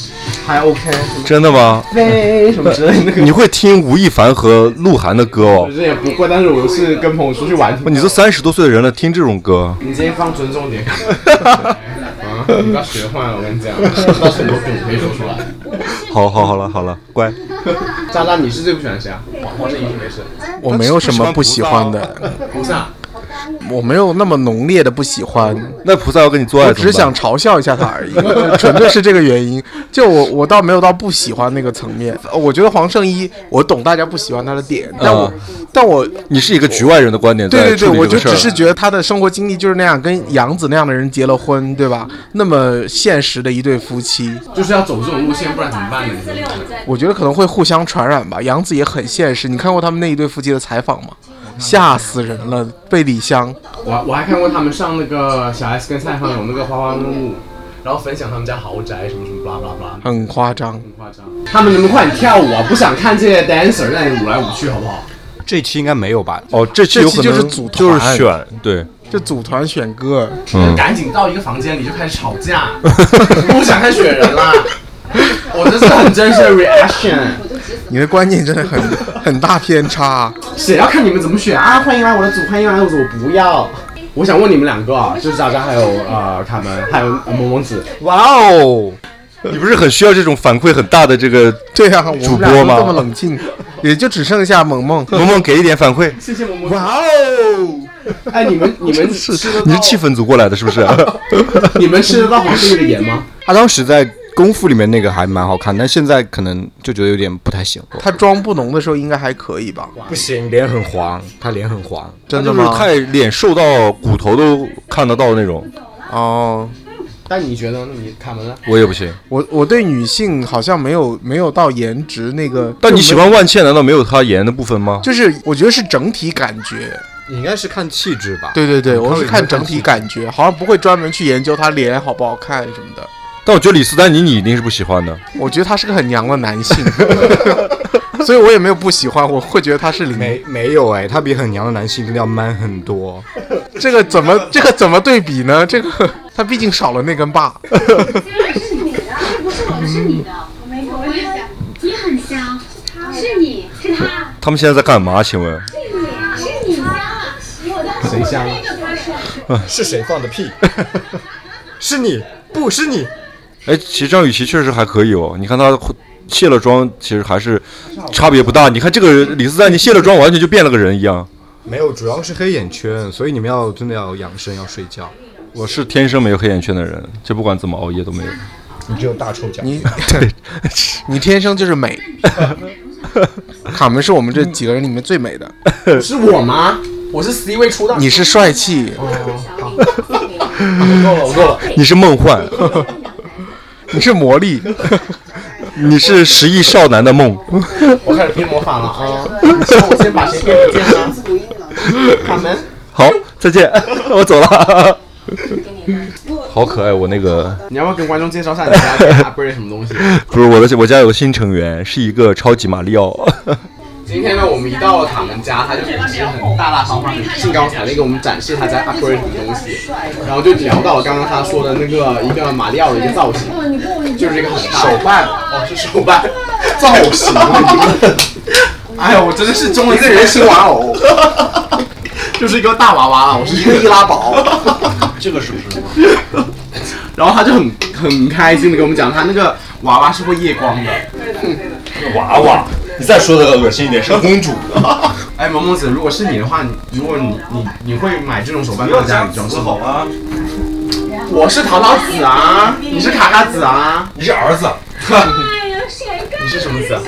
[SPEAKER 1] 还 OK。
[SPEAKER 2] 真的吗？
[SPEAKER 1] 飞什么之类的那个，
[SPEAKER 2] 你会听吴亦凡和鹿晗的歌哦
[SPEAKER 1] 我？这也不会，但是我是跟朋友出去玩。
[SPEAKER 2] 你都三十多岁的人了，听这种歌，
[SPEAKER 1] 你今天放尊重点。啊，你不要学坏了，我跟你讲，到时候很多梗可以说出来。
[SPEAKER 2] 好好好了好了，乖。
[SPEAKER 1] 渣渣，你是最不喜欢谁啊？我这一定没事。
[SPEAKER 3] 我没有什么不喜欢的，
[SPEAKER 1] 不是啊，
[SPEAKER 3] 我没有那么浓烈的不喜欢，
[SPEAKER 2] 那菩萨要跟你做爱
[SPEAKER 3] 我
[SPEAKER 2] 怎么办，
[SPEAKER 3] 只想嘲笑一下他而已，纯粹是这个原因。就我我倒没有到不喜欢那个层面，呃我觉得黄圣依，我懂大家不喜欢他的点，但我、但我
[SPEAKER 2] 你是一个局外人的观点
[SPEAKER 3] 对
[SPEAKER 2] 在
[SPEAKER 3] 对对，
[SPEAKER 2] 处理
[SPEAKER 3] 我
[SPEAKER 2] 这
[SPEAKER 3] 就
[SPEAKER 2] 个事儿
[SPEAKER 3] 只是觉得他的生活经历就是那样，跟杨紫那样的人结了婚，对吧？那么现实的一对夫妻，
[SPEAKER 1] 就是要走这种路线，不然怎么办呢？你说
[SPEAKER 3] 我觉得可能会互相传染吧。杨紫也很现实，你看过他们那一对夫妻的采访吗？吓死人了，被李湘
[SPEAKER 1] 我我还看过他们上那个小 S 跟蔡康永那个花花木木，然后分享他们家豪宅什么什么巴拉巴拉，
[SPEAKER 3] 很夸张。
[SPEAKER 1] 很夸张。他们能不能快点跳舞啊？不想看这些 dancer 在那里舞来舞去，好不好？
[SPEAKER 9] 这期应该没有吧？
[SPEAKER 2] 哦，这期有可能
[SPEAKER 3] 这期就是组团
[SPEAKER 2] 就是选对，
[SPEAKER 3] 就组团选歌，
[SPEAKER 2] 嗯，
[SPEAKER 1] 赶紧到一个房间里就开始吵架， 我不想看雪人啦。我这是很真实的 reaction，
[SPEAKER 3] 你的观念真的很 很大偏差。
[SPEAKER 1] 谁要看你们怎么选啊？欢迎来我的组，欢迎来我的组，我不要。我想问你们两个啊，就是渣渣还有呃卡门，还有呃萌萌子，
[SPEAKER 9] 哇哦，
[SPEAKER 2] 你不是很需要这种反馈很大的这个
[SPEAKER 3] 对啊，我
[SPEAKER 2] 主
[SPEAKER 3] 们
[SPEAKER 2] 播
[SPEAKER 3] 俩都
[SPEAKER 2] 吗
[SPEAKER 3] 这么冷静，也就只剩下萌萌。
[SPEAKER 2] 萌萌给一点反馈。
[SPEAKER 1] 谢谢萌哦萌。
[SPEAKER 3] 哇哦！
[SPEAKER 1] 哎，你们你们吃得到
[SPEAKER 2] 你是气氛组过来的，是不是？
[SPEAKER 1] 你们吃得到黄圣依的盐吗？
[SPEAKER 9] 他当时在功夫里面那个还蛮好看，但现在可能就觉得有点不太行。
[SPEAKER 3] 他妆不浓的时候应该还可以吧？
[SPEAKER 9] 不行，脸很黄，他脸很黄。
[SPEAKER 3] 真的
[SPEAKER 2] 就是
[SPEAKER 3] 吗？
[SPEAKER 2] 太脸瘦到骨头都看得到那种，
[SPEAKER 3] 哦，
[SPEAKER 1] 但你觉得呢？你卡门呢？
[SPEAKER 2] 我也不行。
[SPEAKER 3] 我我对女性好像没有没有到颜值那个，
[SPEAKER 2] 但你喜欢万茜，难道没有她颜的部分吗？
[SPEAKER 3] 就是我觉得是整体感觉。嗯
[SPEAKER 9] 你应该是看气质吧？
[SPEAKER 3] 对对对，我是
[SPEAKER 9] 有没有
[SPEAKER 3] 看整体感觉，好像不会专门去研究她脸好不好看什么的。
[SPEAKER 2] 但我觉得李斯丹妮你一定是不喜欢的。
[SPEAKER 3] 我觉得他是个很娘的男 性，所以我也没有不喜欢，我会觉得他是零。
[SPEAKER 9] 没没有哎，他比很娘的男性真的要 man 很多。
[SPEAKER 3] 这个怎 么这个怎么对比呢？这个他毕竟少了那根把。
[SPEAKER 13] 是你的，不是我的，是你的，我没有，我也想，你很香，是你，是他，
[SPEAKER 2] 他们现在在干嘛？请问？
[SPEAKER 13] 是你香啊，我的，
[SPEAKER 1] 谁香啊
[SPEAKER 13] 我的那个不是。
[SPEAKER 9] 是谁放的屁？ 是你，不是你。
[SPEAKER 2] 哎，其实张雨绮确实还可以哦。你看她卸了妆，其实还是差别不大。你看这个李斯丹妮卸了妆，完全就变了个人一样。
[SPEAKER 9] 没有，主要是黑眼圈，所以你们要真的要养生，要睡觉。
[SPEAKER 2] 我是天生没有黑眼圈的人，就不管怎么熬夜都没有。
[SPEAKER 9] 你只有大臭脚。
[SPEAKER 3] 你你天生就是 美。卡门是我们这几个人里面最美的，
[SPEAKER 1] 是我吗？我是 C 位出道，
[SPEAKER 3] 你是帅气，
[SPEAKER 1] 够 了，我够了。
[SPEAKER 2] 你是梦幻，
[SPEAKER 3] 你是魔力，
[SPEAKER 2] 你是十亿少男的梦。
[SPEAKER 1] 我开始变魔法了啊！你说我先把谁变不见了？卡门，
[SPEAKER 2] 好，再见， 我走了。 好可爱，我那个
[SPEAKER 1] 你要不要跟观众介绍一下你 家家不是什么东西？
[SPEAKER 2] 不是我的，我家有个新成员，是一个超级马里奥。
[SPEAKER 1] 今天呢，我们一到了卡门家，他就平时很大大方方、很兴高采烈给我们展示他在 upgrade 什么东西，然后就聊到了刚刚他说的那个一个马里奥的一个造型，就是一个很大手办，哦，是手办造型。 哎呦，我真的是中了一个人形玩偶， 就是一个大娃娃，我是一个易拉宝。这个是不是？ 然后他就很很开心的跟我们讲，他那个娃娃是会夜光的。
[SPEAKER 2] 娃娃，你再说的恶心一点，是公 主。
[SPEAKER 1] 哎，萌萌子，如果是你的话，你如果你你你会买这种手办放在家里装饰吗？
[SPEAKER 2] 啊，
[SPEAKER 1] 我是桃桃子啊，你是卡卡子啊，
[SPEAKER 2] 你是儿子。
[SPEAKER 13] 哎呀，谁干
[SPEAKER 1] 你是什么子啊？
[SPEAKER 13] 的？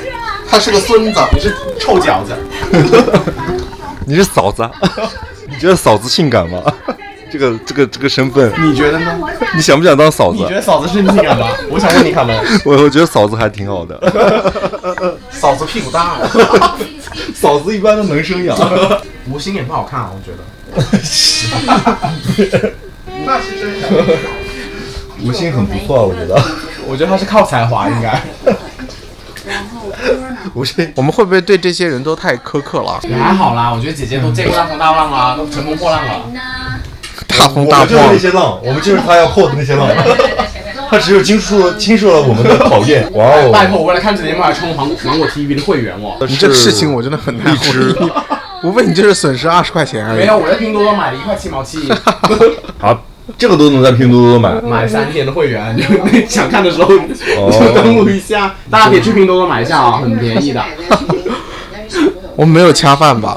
[SPEAKER 1] 他是个孙子，你是臭脚子。啊
[SPEAKER 2] 你是嫂 子啊，你觉得嫂子性感吗？ 这个这个这个身份，
[SPEAKER 1] 你觉得呢？
[SPEAKER 2] 你想不想当嫂子
[SPEAKER 1] 你？觉得嫂子是性感吗？我想问你，卡门，
[SPEAKER 2] 我我觉得嫂子还挺好的，
[SPEAKER 1] 嫂子屁股大， 啊
[SPEAKER 2] 嫂子一般都能生养。
[SPEAKER 1] 吴 昕也不好看啊，我觉得。那是真的。
[SPEAKER 2] 吴昕很不错，我觉得。
[SPEAKER 1] 我觉得他是靠才华，应该。
[SPEAKER 3] 不是，我们会不会对这些人都太苛刻了？
[SPEAKER 1] 也还好啦，我觉得姐姐都见过大风大浪啦，都乘风破浪了。
[SPEAKER 3] 大风大
[SPEAKER 2] 我们就是
[SPEAKER 3] 浪
[SPEAKER 2] 那些浪，我们就是他要破的那些浪。他只有经受经受了我们的考验。哇
[SPEAKER 1] 拜
[SPEAKER 2] 哦！
[SPEAKER 1] 托，我为了看这节目还充芒芒果 TV 的会员哦。
[SPEAKER 3] 你这个事情我真的很难回忆。 无非你就是损失二十块钱而已。
[SPEAKER 1] 没有，我在拼多多买了一块七毛七，
[SPEAKER 2] 啊，这个都能在拼多多买？
[SPEAKER 1] 买三天的会员，就想看的时候
[SPEAKER 2] 哦
[SPEAKER 1] 就登录一下，大家可以去拼多多买一下啊，很便宜的。
[SPEAKER 3] 我们没有恰饭吧？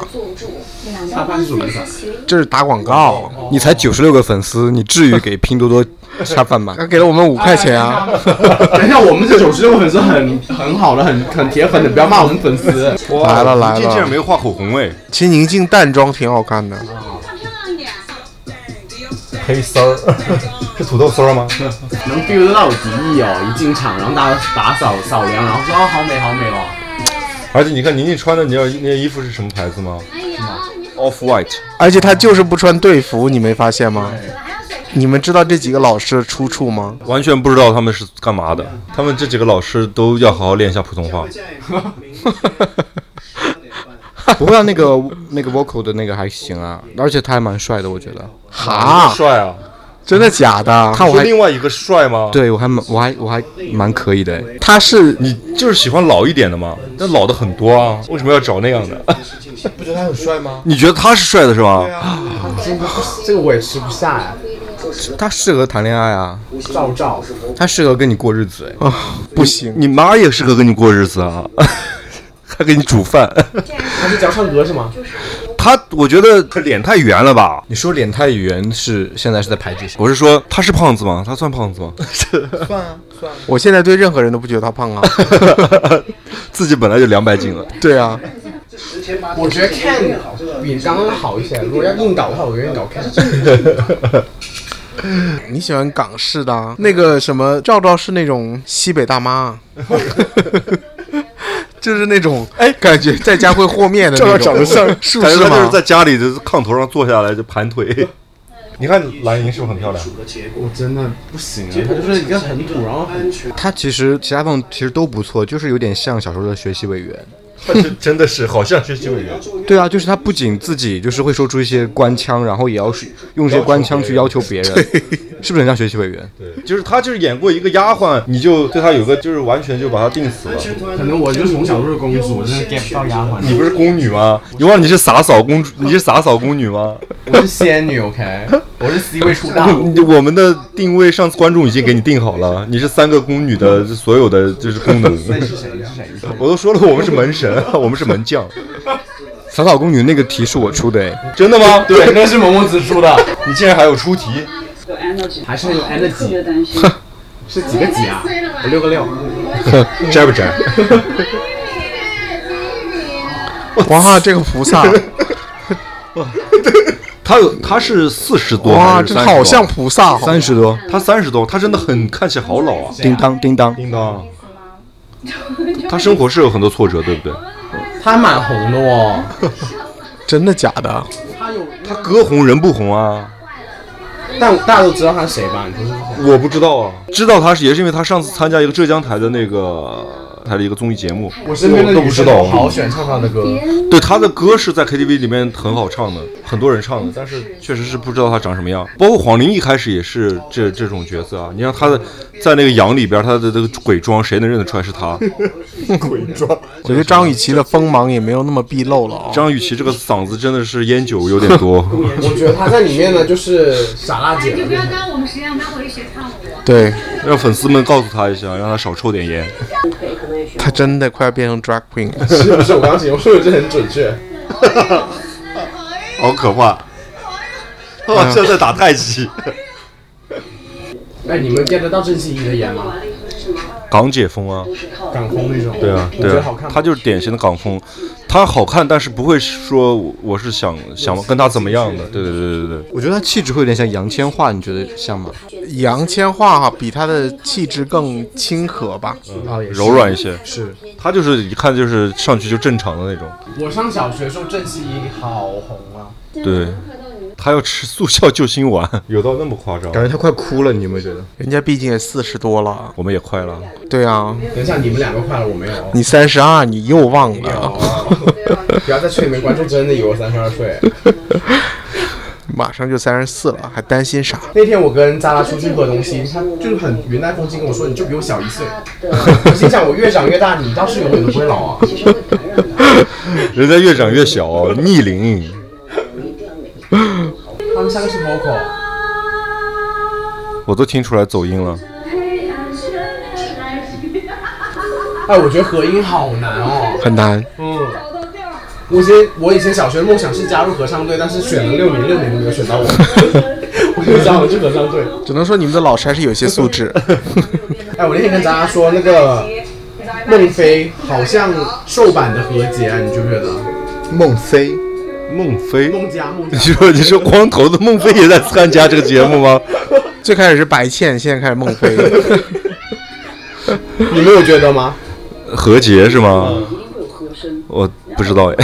[SPEAKER 1] 他饭是什么意思啊？
[SPEAKER 3] 就是打广告。
[SPEAKER 9] 你才九十六个粉丝，你至于给拼多多下饭吗？
[SPEAKER 3] 他 给了我们五块钱啊！
[SPEAKER 1] 哎等一下，我们这九十六粉丝很很好的，很很铁粉的，不要骂我们粉丝。
[SPEAKER 3] 来了来了，
[SPEAKER 2] 画口红哎！
[SPEAKER 3] 其实宁静淡妆挺好看的，
[SPEAKER 2] 黑丝儿，是土豆丝儿吗？
[SPEAKER 1] 能 feel 得到有敌意哦！一进场，然后大家打扫扫粮，然后说哦，好美好美哦。
[SPEAKER 2] 而且你看宁宁穿的，你知道那件衣服是什么牌子吗？Off White。
[SPEAKER 3] 而且她就是不穿队服，你没发现吗？你们知道这几个老师的出处吗？
[SPEAKER 2] 完全不知道他们是干嘛的。他们这几个老师都要好好练一下普通话。
[SPEAKER 9] 不会啊，那个那个 vocal 的那个还行啊，而且他还蛮帅的，我觉得。
[SPEAKER 3] 哈
[SPEAKER 2] 帅啊！
[SPEAKER 3] 真的假的？
[SPEAKER 9] 看我还
[SPEAKER 2] 另外一个帅吗？
[SPEAKER 9] 对我还蛮我还我还蛮可以的。
[SPEAKER 3] 他是
[SPEAKER 2] 你就是喜欢老一点的嘛？但老的很多啊，为什么要找那样的？
[SPEAKER 15] 不觉得他很帅吗？
[SPEAKER 2] 你觉得他是帅的是吧？
[SPEAKER 1] 这个这个我也吃不下呀。
[SPEAKER 9] 他适合谈恋爱啊，
[SPEAKER 1] 照照，
[SPEAKER 9] 他适合跟你过日子
[SPEAKER 3] 哎。不行，
[SPEAKER 2] 你妈也适合跟你过日子啊， 还给你煮 饭。
[SPEAKER 1] 他是教唱歌是吗？
[SPEAKER 2] 他我觉得脸太圆了吧？
[SPEAKER 9] 你说脸太圆是现在是在排挤谁？
[SPEAKER 2] 我是说他是胖子吗？他算胖子 吗？
[SPEAKER 15] 算啊，算啊。
[SPEAKER 3] 我现在对任何人都不觉得她胖 啊。
[SPEAKER 2] 自己本来就两百斤了。
[SPEAKER 3] 对啊，
[SPEAKER 1] 我觉得 Ken 比刚刚好一些。如果要硬搞的话，我愿意搞 Ken。
[SPEAKER 3] 你喜欢港式的啊？那个什么赵赵是那种西北大妈啊， 就是那种哎，感觉在家会和面的那种。是不
[SPEAKER 2] 感
[SPEAKER 3] 是
[SPEAKER 2] 觉他就是
[SPEAKER 3] 吗？
[SPEAKER 2] 在家里就是炕头上坐下来就盘腿。 你看蓝莹是不是很漂亮？
[SPEAKER 1] 我真的不行啊，他就是一个很土，然后很
[SPEAKER 9] 他其实其他方其实都不错，就是有点像小时候的学习委员。
[SPEAKER 2] 真的是好像学习委员。
[SPEAKER 9] 对啊，就是他不仅自己就是会说出一些官腔，然后也要是用这些官腔去要求别人，是不是很像学习委员？
[SPEAKER 2] 对， 就是他就是演过一个丫鬟，你就对他有个就是完全就把他定死了。
[SPEAKER 1] 可能我就从小就是公主，我真的 get 不到丫鬟。
[SPEAKER 2] 你不是宫女吗？你忘了你是洒扫公主，你是洒扫宫女吗？
[SPEAKER 1] 我是仙女，OK，我是 C 位出道。
[SPEAKER 2] 你我们的定位上次观众已经给你定好了，你是三个宫女的所有的就是功 能。
[SPEAKER 1] 那是谁？是谁？
[SPEAKER 2] 我都说了，我们是门神， 我们是门将，
[SPEAKER 9] 小草公女那个题是我出的哎，
[SPEAKER 2] 真的吗？
[SPEAKER 1] 对，那是萌萌子出的，
[SPEAKER 2] 你竟然还有出题，
[SPEAKER 4] 有 energy，
[SPEAKER 1] 还是很有 energy。
[SPEAKER 4] 担 心。
[SPEAKER 1] 是几个几啊？我六个六。
[SPEAKER 2] 摘不摘？
[SPEAKER 3] 哇，这个菩萨，
[SPEAKER 2] 他有他是四十多，
[SPEAKER 3] 哇，
[SPEAKER 2] 还是
[SPEAKER 3] 这
[SPEAKER 2] 30
[SPEAKER 3] 好
[SPEAKER 2] 多
[SPEAKER 3] 像菩萨哦，
[SPEAKER 9] 三十多，
[SPEAKER 2] 他三十多，他真的很看起来好老啊。
[SPEAKER 9] 叮当叮当，
[SPEAKER 2] 叮当，他生活是有很多挫折，对不对？
[SPEAKER 1] 他还蛮红的哦。
[SPEAKER 3] 真的假的？
[SPEAKER 1] 他有，
[SPEAKER 2] 他歌红人不红啊。
[SPEAKER 1] 但大家都知道他是谁吧？你不是
[SPEAKER 2] 我不知道啊，知道他是也是因为他上次参加一个浙江台的那个台的一个综艺节目，
[SPEAKER 1] 我身边的
[SPEAKER 2] 都
[SPEAKER 1] 女
[SPEAKER 2] 不知
[SPEAKER 1] 生都
[SPEAKER 2] 道
[SPEAKER 1] 好喜欢唱他的歌，
[SPEAKER 2] 对他的歌是在 KTV 里面很好唱的，很多人唱
[SPEAKER 1] 嗯
[SPEAKER 2] 的，但是确实是不知道他长什么样。包括黄龄一开始也是这这种角色啊，你让他的在那个羊里边，他的这个鬼装，谁能认得出来 是他？
[SPEAKER 3] 我觉得张雨绮的锋芒也没有那么毕露了哦。
[SPEAKER 2] 张雨绮这个嗓子真的是烟酒有点 多，
[SPEAKER 1] 我觉得他在里面呢就是傻辣姐
[SPEAKER 16] 哎
[SPEAKER 1] 啊
[SPEAKER 16] 就
[SPEAKER 1] 了
[SPEAKER 16] 不要
[SPEAKER 1] 变成。
[SPEAKER 16] 耽误我们时间，让他回去学唱舞。
[SPEAKER 3] 对
[SPEAKER 2] 让粉丝们告诉他一下，让他少抽点烟。
[SPEAKER 3] 她真的快要变成 drag queen 了。
[SPEAKER 1] 是不是我刚形容，所以这很准确。
[SPEAKER 2] 好可 怕！我像在打太极。
[SPEAKER 1] 哎，你们 get 得到郑希怡的颜吗？
[SPEAKER 2] 港姐风啊，
[SPEAKER 1] 港风那种。
[SPEAKER 2] 对啊，
[SPEAKER 1] 你觉
[SPEAKER 2] 对
[SPEAKER 1] 得
[SPEAKER 2] 啊
[SPEAKER 1] 好看，
[SPEAKER 2] 她
[SPEAKER 1] 吗？
[SPEAKER 2] 就是典型的港风，她好看，但是不会说我我是想想跟她怎么样的，对对对对对对。
[SPEAKER 9] 我觉得他气质会有点像杨千嬅，你觉得像吗？
[SPEAKER 3] 杨千嬅哈比她的气质更亲和吧？
[SPEAKER 1] 哦也是
[SPEAKER 2] 柔软一些，
[SPEAKER 1] 是
[SPEAKER 2] 她就是一看就是上去就正常的那种，
[SPEAKER 1] 我上小学的时候，郑希怡好红啊。
[SPEAKER 2] 对，他要吃速效救心丸，有到那么夸张？
[SPEAKER 9] 感觉他快哭了，你有没有觉得？
[SPEAKER 3] 人家毕竟也四十多 了，啊
[SPEAKER 2] 我们也快了。
[SPEAKER 3] 对啊，
[SPEAKER 1] 等一下，你们两个快了，我没有。
[SPEAKER 3] 你三十二，你又忘 了，啊
[SPEAKER 1] 不要再催你们观众，真的以为我三十二岁。
[SPEAKER 3] 马上就三十四了，还担心啥？
[SPEAKER 1] 那天我跟扎拉出去喝东西，他就是很云淡风轻跟我说：“你就比我小一岁。”我心想，我越长越大，你倒是永远都不会老啊。
[SPEAKER 2] 人家越长越小，逆龄。
[SPEAKER 1] 他们像个是 vocal，
[SPEAKER 2] 我都听出来走音了。
[SPEAKER 1] 哎，我觉得合音好难哦。
[SPEAKER 3] 很难。
[SPEAKER 1] 嗯，我以前我以前小学梦想是加入合唱队，但是选了六年，六年都没有选到我。 我就想我去合唱队。
[SPEAKER 3] 只能说你们的老师还是有些素 质。
[SPEAKER 1] 哎，我那天跟大家说，那个孟非好像瘦版的何洁，你觉不觉得？
[SPEAKER 9] 孟非，
[SPEAKER 2] 孟非，
[SPEAKER 1] 孟佳，孟佳
[SPEAKER 2] 你。说你说光头的孟非也在参加这个节目吗？
[SPEAKER 3] 最开始是白倩，现在开始孟 非。
[SPEAKER 1] 你们有觉得吗？
[SPEAKER 2] 何洁是吗？ 我不知道哎，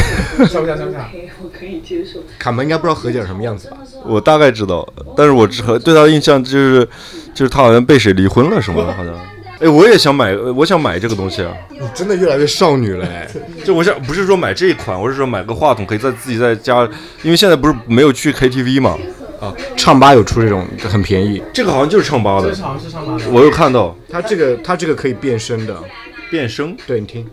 [SPEAKER 1] 像不像？像不像？
[SPEAKER 4] 哎
[SPEAKER 9] 卡门应该不知道何姐是什么样子吧？
[SPEAKER 2] 我大概知道，但是我只对他的印象就是，就是他好像被谁离婚了什么的，好像。哎，我也想买，我想买这个东西啊！
[SPEAKER 9] 你真的越来越少女了哎！
[SPEAKER 2] 就我想不是说买这一款，我是说买个话筒，可以在自己在家，因为现在不是没有去 KTV 嘛，
[SPEAKER 9] 啊，唱吧有出这种很便宜，
[SPEAKER 2] 这个好像就是唱吧的
[SPEAKER 1] 这，好像是上马的。
[SPEAKER 2] 我有看到
[SPEAKER 9] 它这个它这个可以变声的，
[SPEAKER 2] 变声
[SPEAKER 9] 对你听，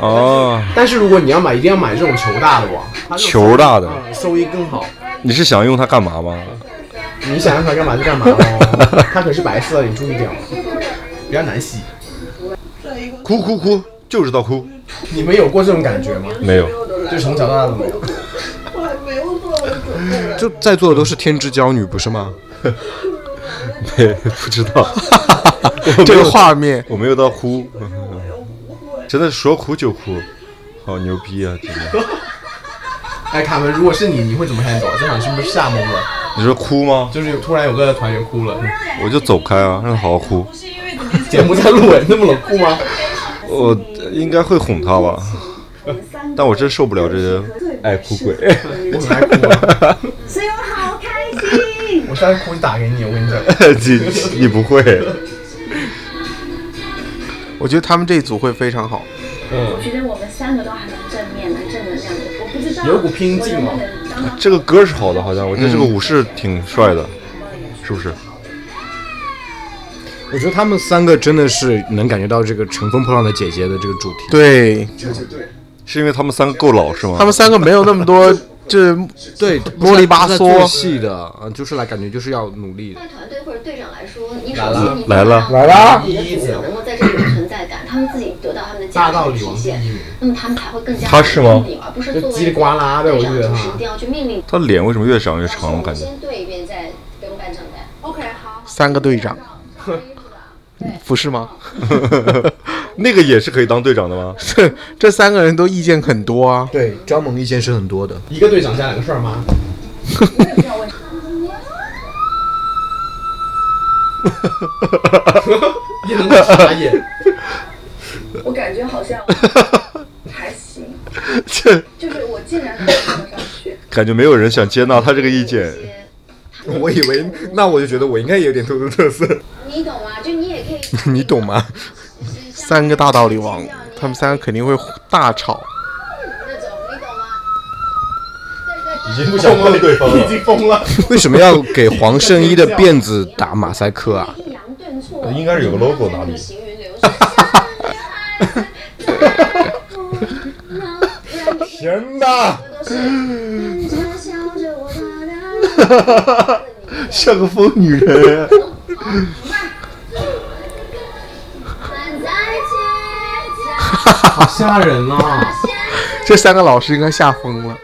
[SPEAKER 2] 哦，
[SPEAKER 1] 但是如果你要买，一定要买这种球大的哇，它这种
[SPEAKER 2] 球大的，
[SPEAKER 1] 嗯收益更好。
[SPEAKER 2] 你是想用它干嘛吗？
[SPEAKER 1] 你想让它干嘛就干 嘛哦，它可是白色的，你注意点哦，比较难洗。
[SPEAKER 2] 哭哭哭，就知道哭，
[SPEAKER 1] 你们有过这种感觉吗？
[SPEAKER 2] 没有，
[SPEAKER 1] 就从小到大都没有。
[SPEAKER 9] 就在座的都是天之娇女不是吗？
[SPEAKER 2] 没不知道，
[SPEAKER 3] 这个画面，
[SPEAKER 2] 我没有到哭，真的说哭就哭，好牛逼啊！真的，
[SPEAKER 1] 哎，卡门，如果是你，你会怎么 handle？这场是不是吓懵了？
[SPEAKER 2] 你说哭吗？
[SPEAKER 1] 就是有突然有个团员哭了，
[SPEAKER 2] 我就走开啊，让他好好哭。
[SPEAKER 1] 节目在录哎，那么冷酷吗？
[SPEAKER 2] 我应该会哄他吧，但我真受不了这些爱哭 鬼。哎
[SPEAKER 1] 我很爱哭啊，
[SPEAKER 4] 所以我好开心。
[SPEAKER 1] 我现在哭就打给你，我跟你讲。
[SPEAKER 2] 你你不会？
[SPEAKER 3] 我觉得他们这一组会非常好。
[SPEAKER 4] 我觉得我们三个都还蛮正面的、正能量的。我不知道
[SPEAKER 1] 有股拼劲哦
[SPEAKER 4] 我能不能当
[SPEAKER 2] 这个歌是好的，好像我觉得这个舞是挺帅的，是不是？
[SPEAKER 9] 我觉得他们三个真的是能感觉到这个乘风破浪的姐姐的这个主题，
[SPEAKER 3] 对
[SPEAKER 2] 是因为他们三个够老是吗？
[SPEAKER 3] 他们三个没有那么多， 就是
[SPEAKER 9] 对，
[SPEAKER 3] 啰里吧嗦。
[SPEAKER 9] 戏的，啊，就是来感觉就是要努力的。
[SPEAKER 17] 团队或者队长来说，你首
[SPEAKER 1] 来了
[SPEAKER 17] 先你
[SPEAKER 2] 来了
[SPEAKER 3] 来了
[SPEAKER 17] 你的队友能够在这里有存在感，他们自己得到他们的价
[SPEAKER 1] 大
[SPEAKER 17] 值
[SPEAKER 1] 道
[SPEAKER 17] 和
[SPEAKER 1] 理
[SPEAKER 17] 体
[SPEAKER 1] 王第一
[SPEAKER 17] 现，
[SPEAKER 1] 名，
[SPEAKER 17] 那么他们才会更加
[SPEAKER 2] 他是吗
[SPEAKER 17] 注意你而不是作
[SPEAKER 1] 就
[SPEAKER 17] 为
[SPEAKER 1] 叽里啊呱啦的我觉
[SPEAKER 17] 队长
[SPEAKER 1] 得
[SPEAKER 17] 就是
[SPEAKER 1] 哈
[SPEAKER 17] 一定要去命令你。
[SPEAKER 2] 他脸为什么越长越长？我
[SPEAKER 17] 我
[SPEAKER 2] 感
[SPEAKER 17] 们
[SPEAKER 2] 觉
[SPEAKER 17] 先对一遍，再不用半场呗。
[SPEAKER 4] OK，好，
[SPEAKER 3] 三个队长，不是吗？
[SPEAKER 2] 那个也是可以当队长的吗？
[SPEAKER 3] 这这三个人都意见很多啊。
[SPEAKER 9] 对，张萌意见是很多的，
[SPEAKER 1] 一个队长加两个帅妈，一人傻眼。
[SPEAKER 4] 我感觉好像还行，
[SPEAKER 2] 这
[SPEAKER 4] 就是我竟然能看得上去。
[SPEAKER 2] 感觉没有人想接纳他这个意见。
[SPEAKER 9] 我以为那我就觉得我应该也有点突出特色，，
[SPEAKER 17] 你懂吗？就你也 可以
[SPEAKER 9] 你懂吗？
[SPEAKER 3] 三个大道理王，他们三个肯定会大吵。
[SPEAKER 17] 那种，你
[SPEAKER 2] 已经
[SPEAKER 17] 懂吗？
[SPEAKER 2] 不想碰对方 了，
[SPEAKER 1] 疯了，
[SPEAKER 9] 为什么要给黄圣依的辫子打马赛克啊？
[SPEAKER 17] 抑扬顿挫，
[SPEAKER 2] 应该是有个 logo 啊哪里
[SPEAKER 17] 行云流 水。
[SPEAKER 9] 天哪，
[SPEAKER 2] 像个疯女人。
[SPEAKER 1] 好吓人啊！
[SPEAKER 3] 这三个老师应该吓疯了。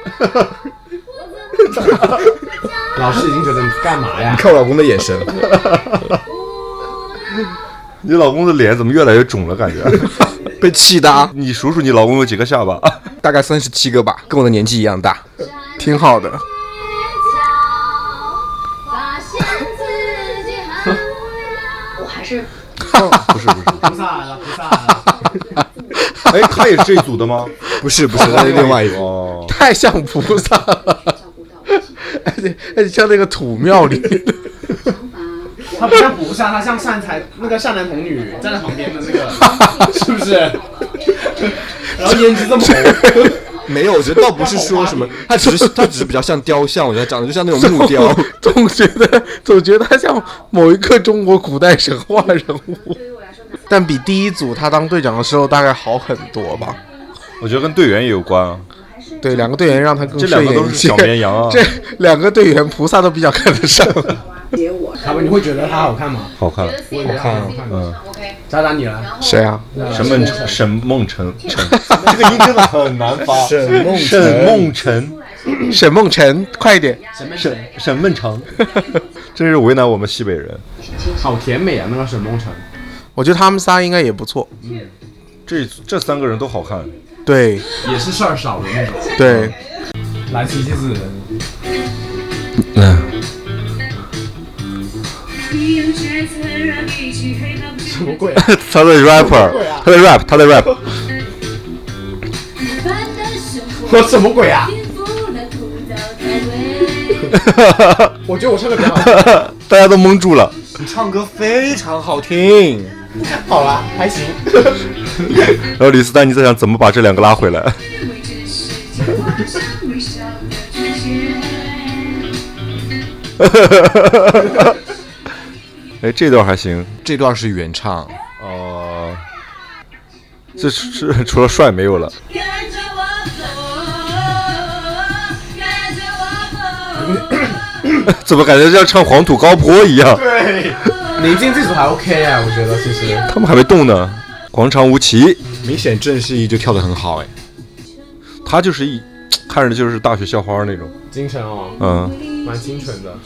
[SPEAKER 1] 老师已经觉得你干嘛呀？
[SPEAKER 9] 看我老公的眼神，
[SPEAKER 2] 你老公的脸怎么越来越肿了？感觉。
[SPEAKER 9] 被气的啊，
[SPEAKER 2] 你数数你老公有几个下巴？
[SPEAKER 9] 大概三十七个吧，跟我的年纪一样大。
[SPEAKER 3] 挺好的。
[SPEAKER 17] 我还是
[SPEAKER 2] 不是不是，
[SPEAKER 1] 菩萨来了，菩萨来了！
[SPEAKER 2] 哎，他也是这一组的吗？
[SPEAKER 9] 不是不是，那是另外一个。
[SPEAKER 2] 哦，
[SPEAKER 3] 太像菩萨了，而且而且像那个土庙 里面的，
[SPEAKER 1] 他不像菩萨，他像善财那个善男童女站在旁边的那 个，是不是？然后胭脂这么红，
[SPEAKER 9] 没有，我觉得倒不是说什么， 他只是他只是比较像雕像，我觉得长得就像那种木 雕。
[SPEAKER 3] 总觉得总觉得他像某一个中国古代神话人物，但比第一组他当队长的时候大概好很多吧。
[SPEAKER 2] 我觉得跟队员也有关啊。
[SPEAKER 3] 对，两个队员让他更
[SPEAKER 2] 这两
[SPEAKER 3] 顺
[SPEAKER 2] 个
[SPEAKER 3] 眼
[SPEAKER 2] 都
[SPEAKER 3] 一
[SPEAKER 2] 是
[SPEAKER 3] 些
[SPEAKER 2] 小绵羊啊
[SPEAKER 3] 这两个队员菩萨都比较看得上。
[SPEAKER 1] 结我。他们你会觉得他好看啊吗？
[SPEAKER 2] 好看，
[SPEAKER 1] 我也觉得他好看。
[SPEAKER 2] 嗯，
[SPEAKER 1] 渣渣你了，
[SPEAKER 3] 谁啊？
[SPEAKER 2] 沈梦辰沈梦辰，辰 这个音真的很难发。
[SPEAKER 3] 沈梦辰
[SPEAKER 2] 沈梦辰，
[SPEAKER 3] 沈梦辰，快一点！
[SPEAKER 2] 沈沈梦 辰，真是为难我们西北人。
[SPEAKER 1] 好甜美啊，那个沈梦辰。
[SPEAKER 3] 我觉得他们仨应该也不错。
[SPEAKER 2] 这这三个人都好 看，
[SPEAKER 3] 对
[SPEAKER 1] 也是事儿少的那种。
[SPEAKER 3] 对，
[SPEAKER 9] 嗯
[SPEAKER 1] 蓝旗之子，什么鬼啊？
[SPEAKER 2] 他的 rapper，他的 rap，他的 rap，
[SPEAKER 1] 我什么鬼啊？我觉得我唱歌比较好。
[SPEAKER 2] 大家都蒙住了。
[SPEAKER 9] 你唱歌非常好听，
[SPEAKER 1] 好啦，还行。
[SPEAKER 2] 然后李斯丹妮在想怎么把这两个拉回来。 哎，这段还行，
[SPEAKER 9] 这段是原唱，
[SPEAKER 2] 哦、这是是除了帅没有了。 怎么感觉像唱黄土高坡一样？
[SPEAKER 1] 对，宁静这首还 OK 啊，我觉得其实。
[SPEAKER 2] 他们还没动呢。广场舞起，
[SPEAKER 9] 明显郑世一就跳得很好哎。
[SPEAKER 2] 他就是一看着就是大学校花那种。
[SPEAKER 1] 精神哦，
[SPEAKER 2] 嗯
[SPEAKER 1] 蛮清纯的。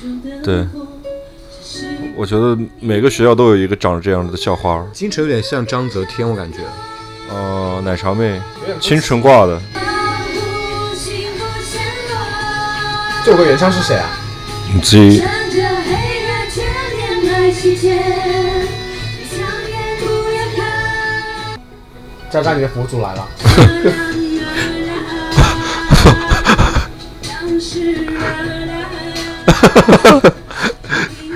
[SPEAKER 2] 对，我觉得每个学校都有一个长这样的校花。
[SPEAKER 9] 金晨有点像章泽天，我感觉。
[SPEAKER 2] 哦、奶茶妹，清纯挂的。
[SPEAKER 1] 这首歌原唱是谁啊？
[SPEAKER 2] 你自己
[SPEAKER 1] 渣渣，你的佛祖来了。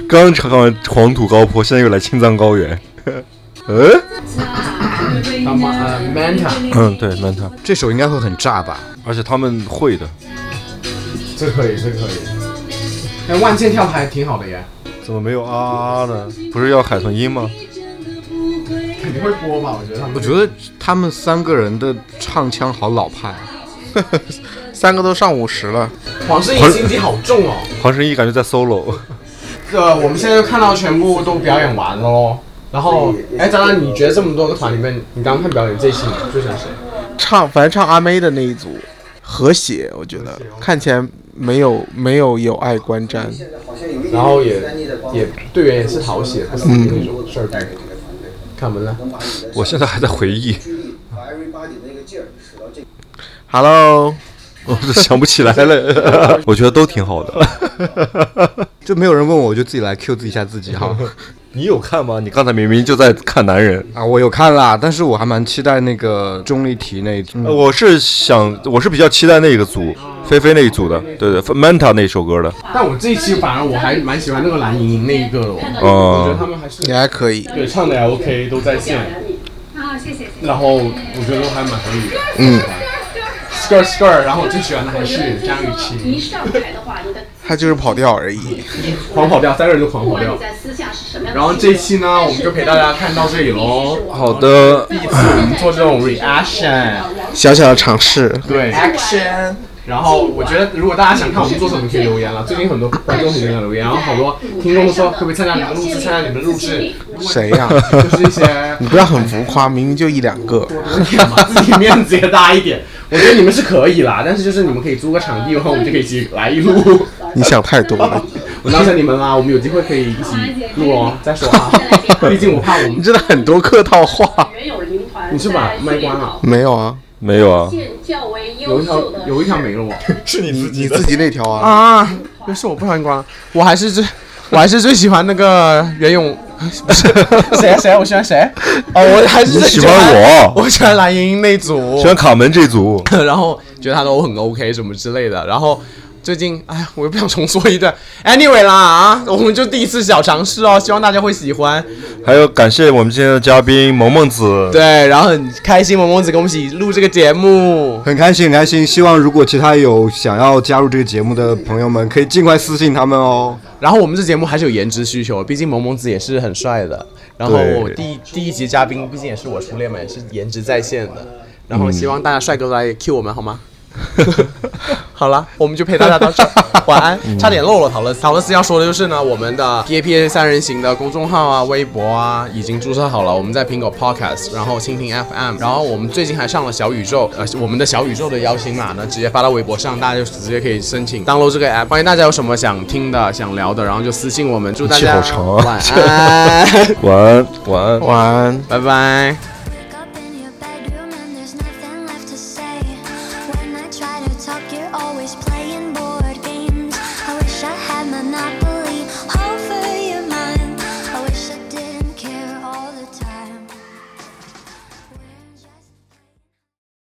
[SPEAKER 2] 刚唱完黄土高坡，现在又来青藏高原。 嗯
[SPEAKER 1] 他妈呃，Manta，
[SPEAKER 2] 嗯，对，Manta，
[SPEAKER 9] 这首应该会很炸吧？
[SPEAKER 2] 而且他们会的。
[SPEAKER 1] 这可以，这可以。哎，万箭跳的还挺好的耶，
[SPEAKER 2] 怎么没有啊呢？不是要海豚音吗？
[SPEAKER 1] 肯定会播吧？我觉得他们。
[SPEAKER 9] 我觉得他们三个人的唱腔好老派，啊
[SPEAKER 3] 三个都上五十了。
[SPEAKER 1] 黄圣依心机好重哦。
[SPEAKER 2] 黄圣依感觉在 solo。
[SPEAKER 1] 呃，我们现在就看到全部都表演完了喽。然后，哎，渣渣，你觉得这么多个团里面，你刚刚看表演最喜最喜欢谁？
[SPEAKER 3] 唱，反正唱阿妹的那一组和谐，我觉得看起来没有没有有碍观瞻。
[SPEAKER 1] 然后也也队员也是讨喜的，不是那种事儿干。看门了，
[SPEAKER 2] 我现在还在回忆，
[SPEAKER 3] Hello，
[SPEAKER 2] 我都想不起来 了。我觉得都挺好的。
[SPEAKER 9] 就没有人问我，我就自己来 Q 自己一下自己 哈。
[SPEAKER 2] 你有看吗？你刚才明明就在看男人。
[SPEAKER 9] 啊，我有看啦，但是我还蛮期待那个钟丽缇那一组。
[SPEAKER 2] 呃我是想，我是比较期待那个组，菲菲那一组的，对对，Manta 那首歌的。
[SPEAKER 1] 但我这一期反而我还蛮喜欢那个蓝莹莹那一个的哦，
[SPEAKER 2] 哦
[SPEAKER 1] 我觉得他们还是
[SPEAKER 3] 也还可以。
[SPEAKER 1] 对唱的还 OK，都在线，啊然后我觉得都还蛮可以的。
[SPEAKER 3] 嗯，
[SPEAKER 1] skirt skirt，然后我最喜欢的还是 张雨绮，
[SPEAKER 3] 他就是跑调而已。
[SPEAKER 1] 狂跑调，三个人就狂跑调。然后这一期呢，我们就陪大家看到这里喽。
[SPEAKER 2] 好的，
[SPEAKER 1] 第一次我们做这种 reaction，
[SPEAKER 3] 小小的尝 试，
[SPEAKER 1] 对 action。然后我觉得，如果大家想看我们做什么，可以留言了。最近很多观众很想留言，然后好多听众说可不可以参加你们的录制，参加你们的录 制。
[SPEAKER 3] 谁 呀、
[SPEAKER 1] 就是一些
[SPEAKER 3] 你不要很浮夸，明明就一两个。
[SPEAKER 1] 自己面子也大一点。我觉得你们是可以啦，但是就是你们可以租个场地，然后我们就可以一起来一路。
[SPEAKER 3] 你想太多 了，
[SPEAKER 1] 我当着你们啦，我们有机会可以一起录哦。再说啊，毕竟我怕我
[SPEAKER 3] 你
[SPEAKER 1] 们
[SPEAKER 3] 真的很多客套话。
[SPEAKER 1] 你是把麦关了，
[SPEAKER 3] 没有啊，
[SPEAKER 2] 没有啊，
[SPEAKER 1] 有一条有一条没了我。
[SPEAKER 2] 是你自
[SPEAKER 3] 你自己那条啊。
[SPEAKER 18] 啊，
[SPEAKER 3] 那是我不小心关了。
[SPEAKER 18] 我还是最，我还是最喜欢那个袁 咏，不是谁啊谁啊？我喜欢谁？哦，我还是
[SPEAKER 2] 你
[SPEAKER 18] 最
[SPEAKER 2] 喜欢我
[SPEAKER 18] 我喜欢蓝莹莹那组
[SPEAKER 2] 喜，欢卡门这组，
[SPEAKER 18] 然后
[SPEAKER 1] 觉得他的我很 OK 什么之类的。然后最近，哎呀，我又不想重说一段。Anyway 啦啊，我们就第一次小尝试哦，希望大家会喜欢。
[SPEAKER 2] 还有感谢我们今天的嘉宾萌萌子，
[SPEAKER 1] 对，然后很开心，萌萌子跟我们一起录这个节目。
[SPEAKER 9] 很开心，很开心。希望如果其他有想要加入这个节目的朋友们，可以尽快私信他们哦。
[SPEAKER 1] 然后我们这节目还是有颜值需求，毕竟萌萌子也是很帅的。然后
[SPEAKER 9] 对
[SPEAKER 1] 第一第一集嘉宾毕竟也是我初恋嘛，也是颜值在线的。
[SPEAKER 2] 嗯
[SPEAKER 1] 然后希望大家帅哥来 Q 我们好吗？ 好了，我们就陪大家到 这儿，晚安。
[SPEAKER 2] 嗯
[SPEAKER 1] 差点漏了陶乐斯，陶乐斯要说的就是呢，我们的 P A P A 三人行的公众号啊、微博啊已经注册好了，我们在苹果 Podcast，然后蜻蜓 F M，然后我们最近还上了小宇宙，呃，我们的小宇宙的邀请码呢，直接发到微博上，大家就直接可以申请 download 这个 app。欢迎大家有什么想听的、想聊的，然后就私信我们。祝大
[SPEAKER 2] 气
[SPEAKER 1] 家
[SPEAKER 2] 好长啊
[SPEAKER 1] 晚安，
[SPEAKER 2] 晚安，晚安，
[SPEAKER 3] 晚安，
[SPEAKER 1] 拜拜。
[SPEAKER 5] When I try to talk, you're always playing board games. I wish I had Monopoly.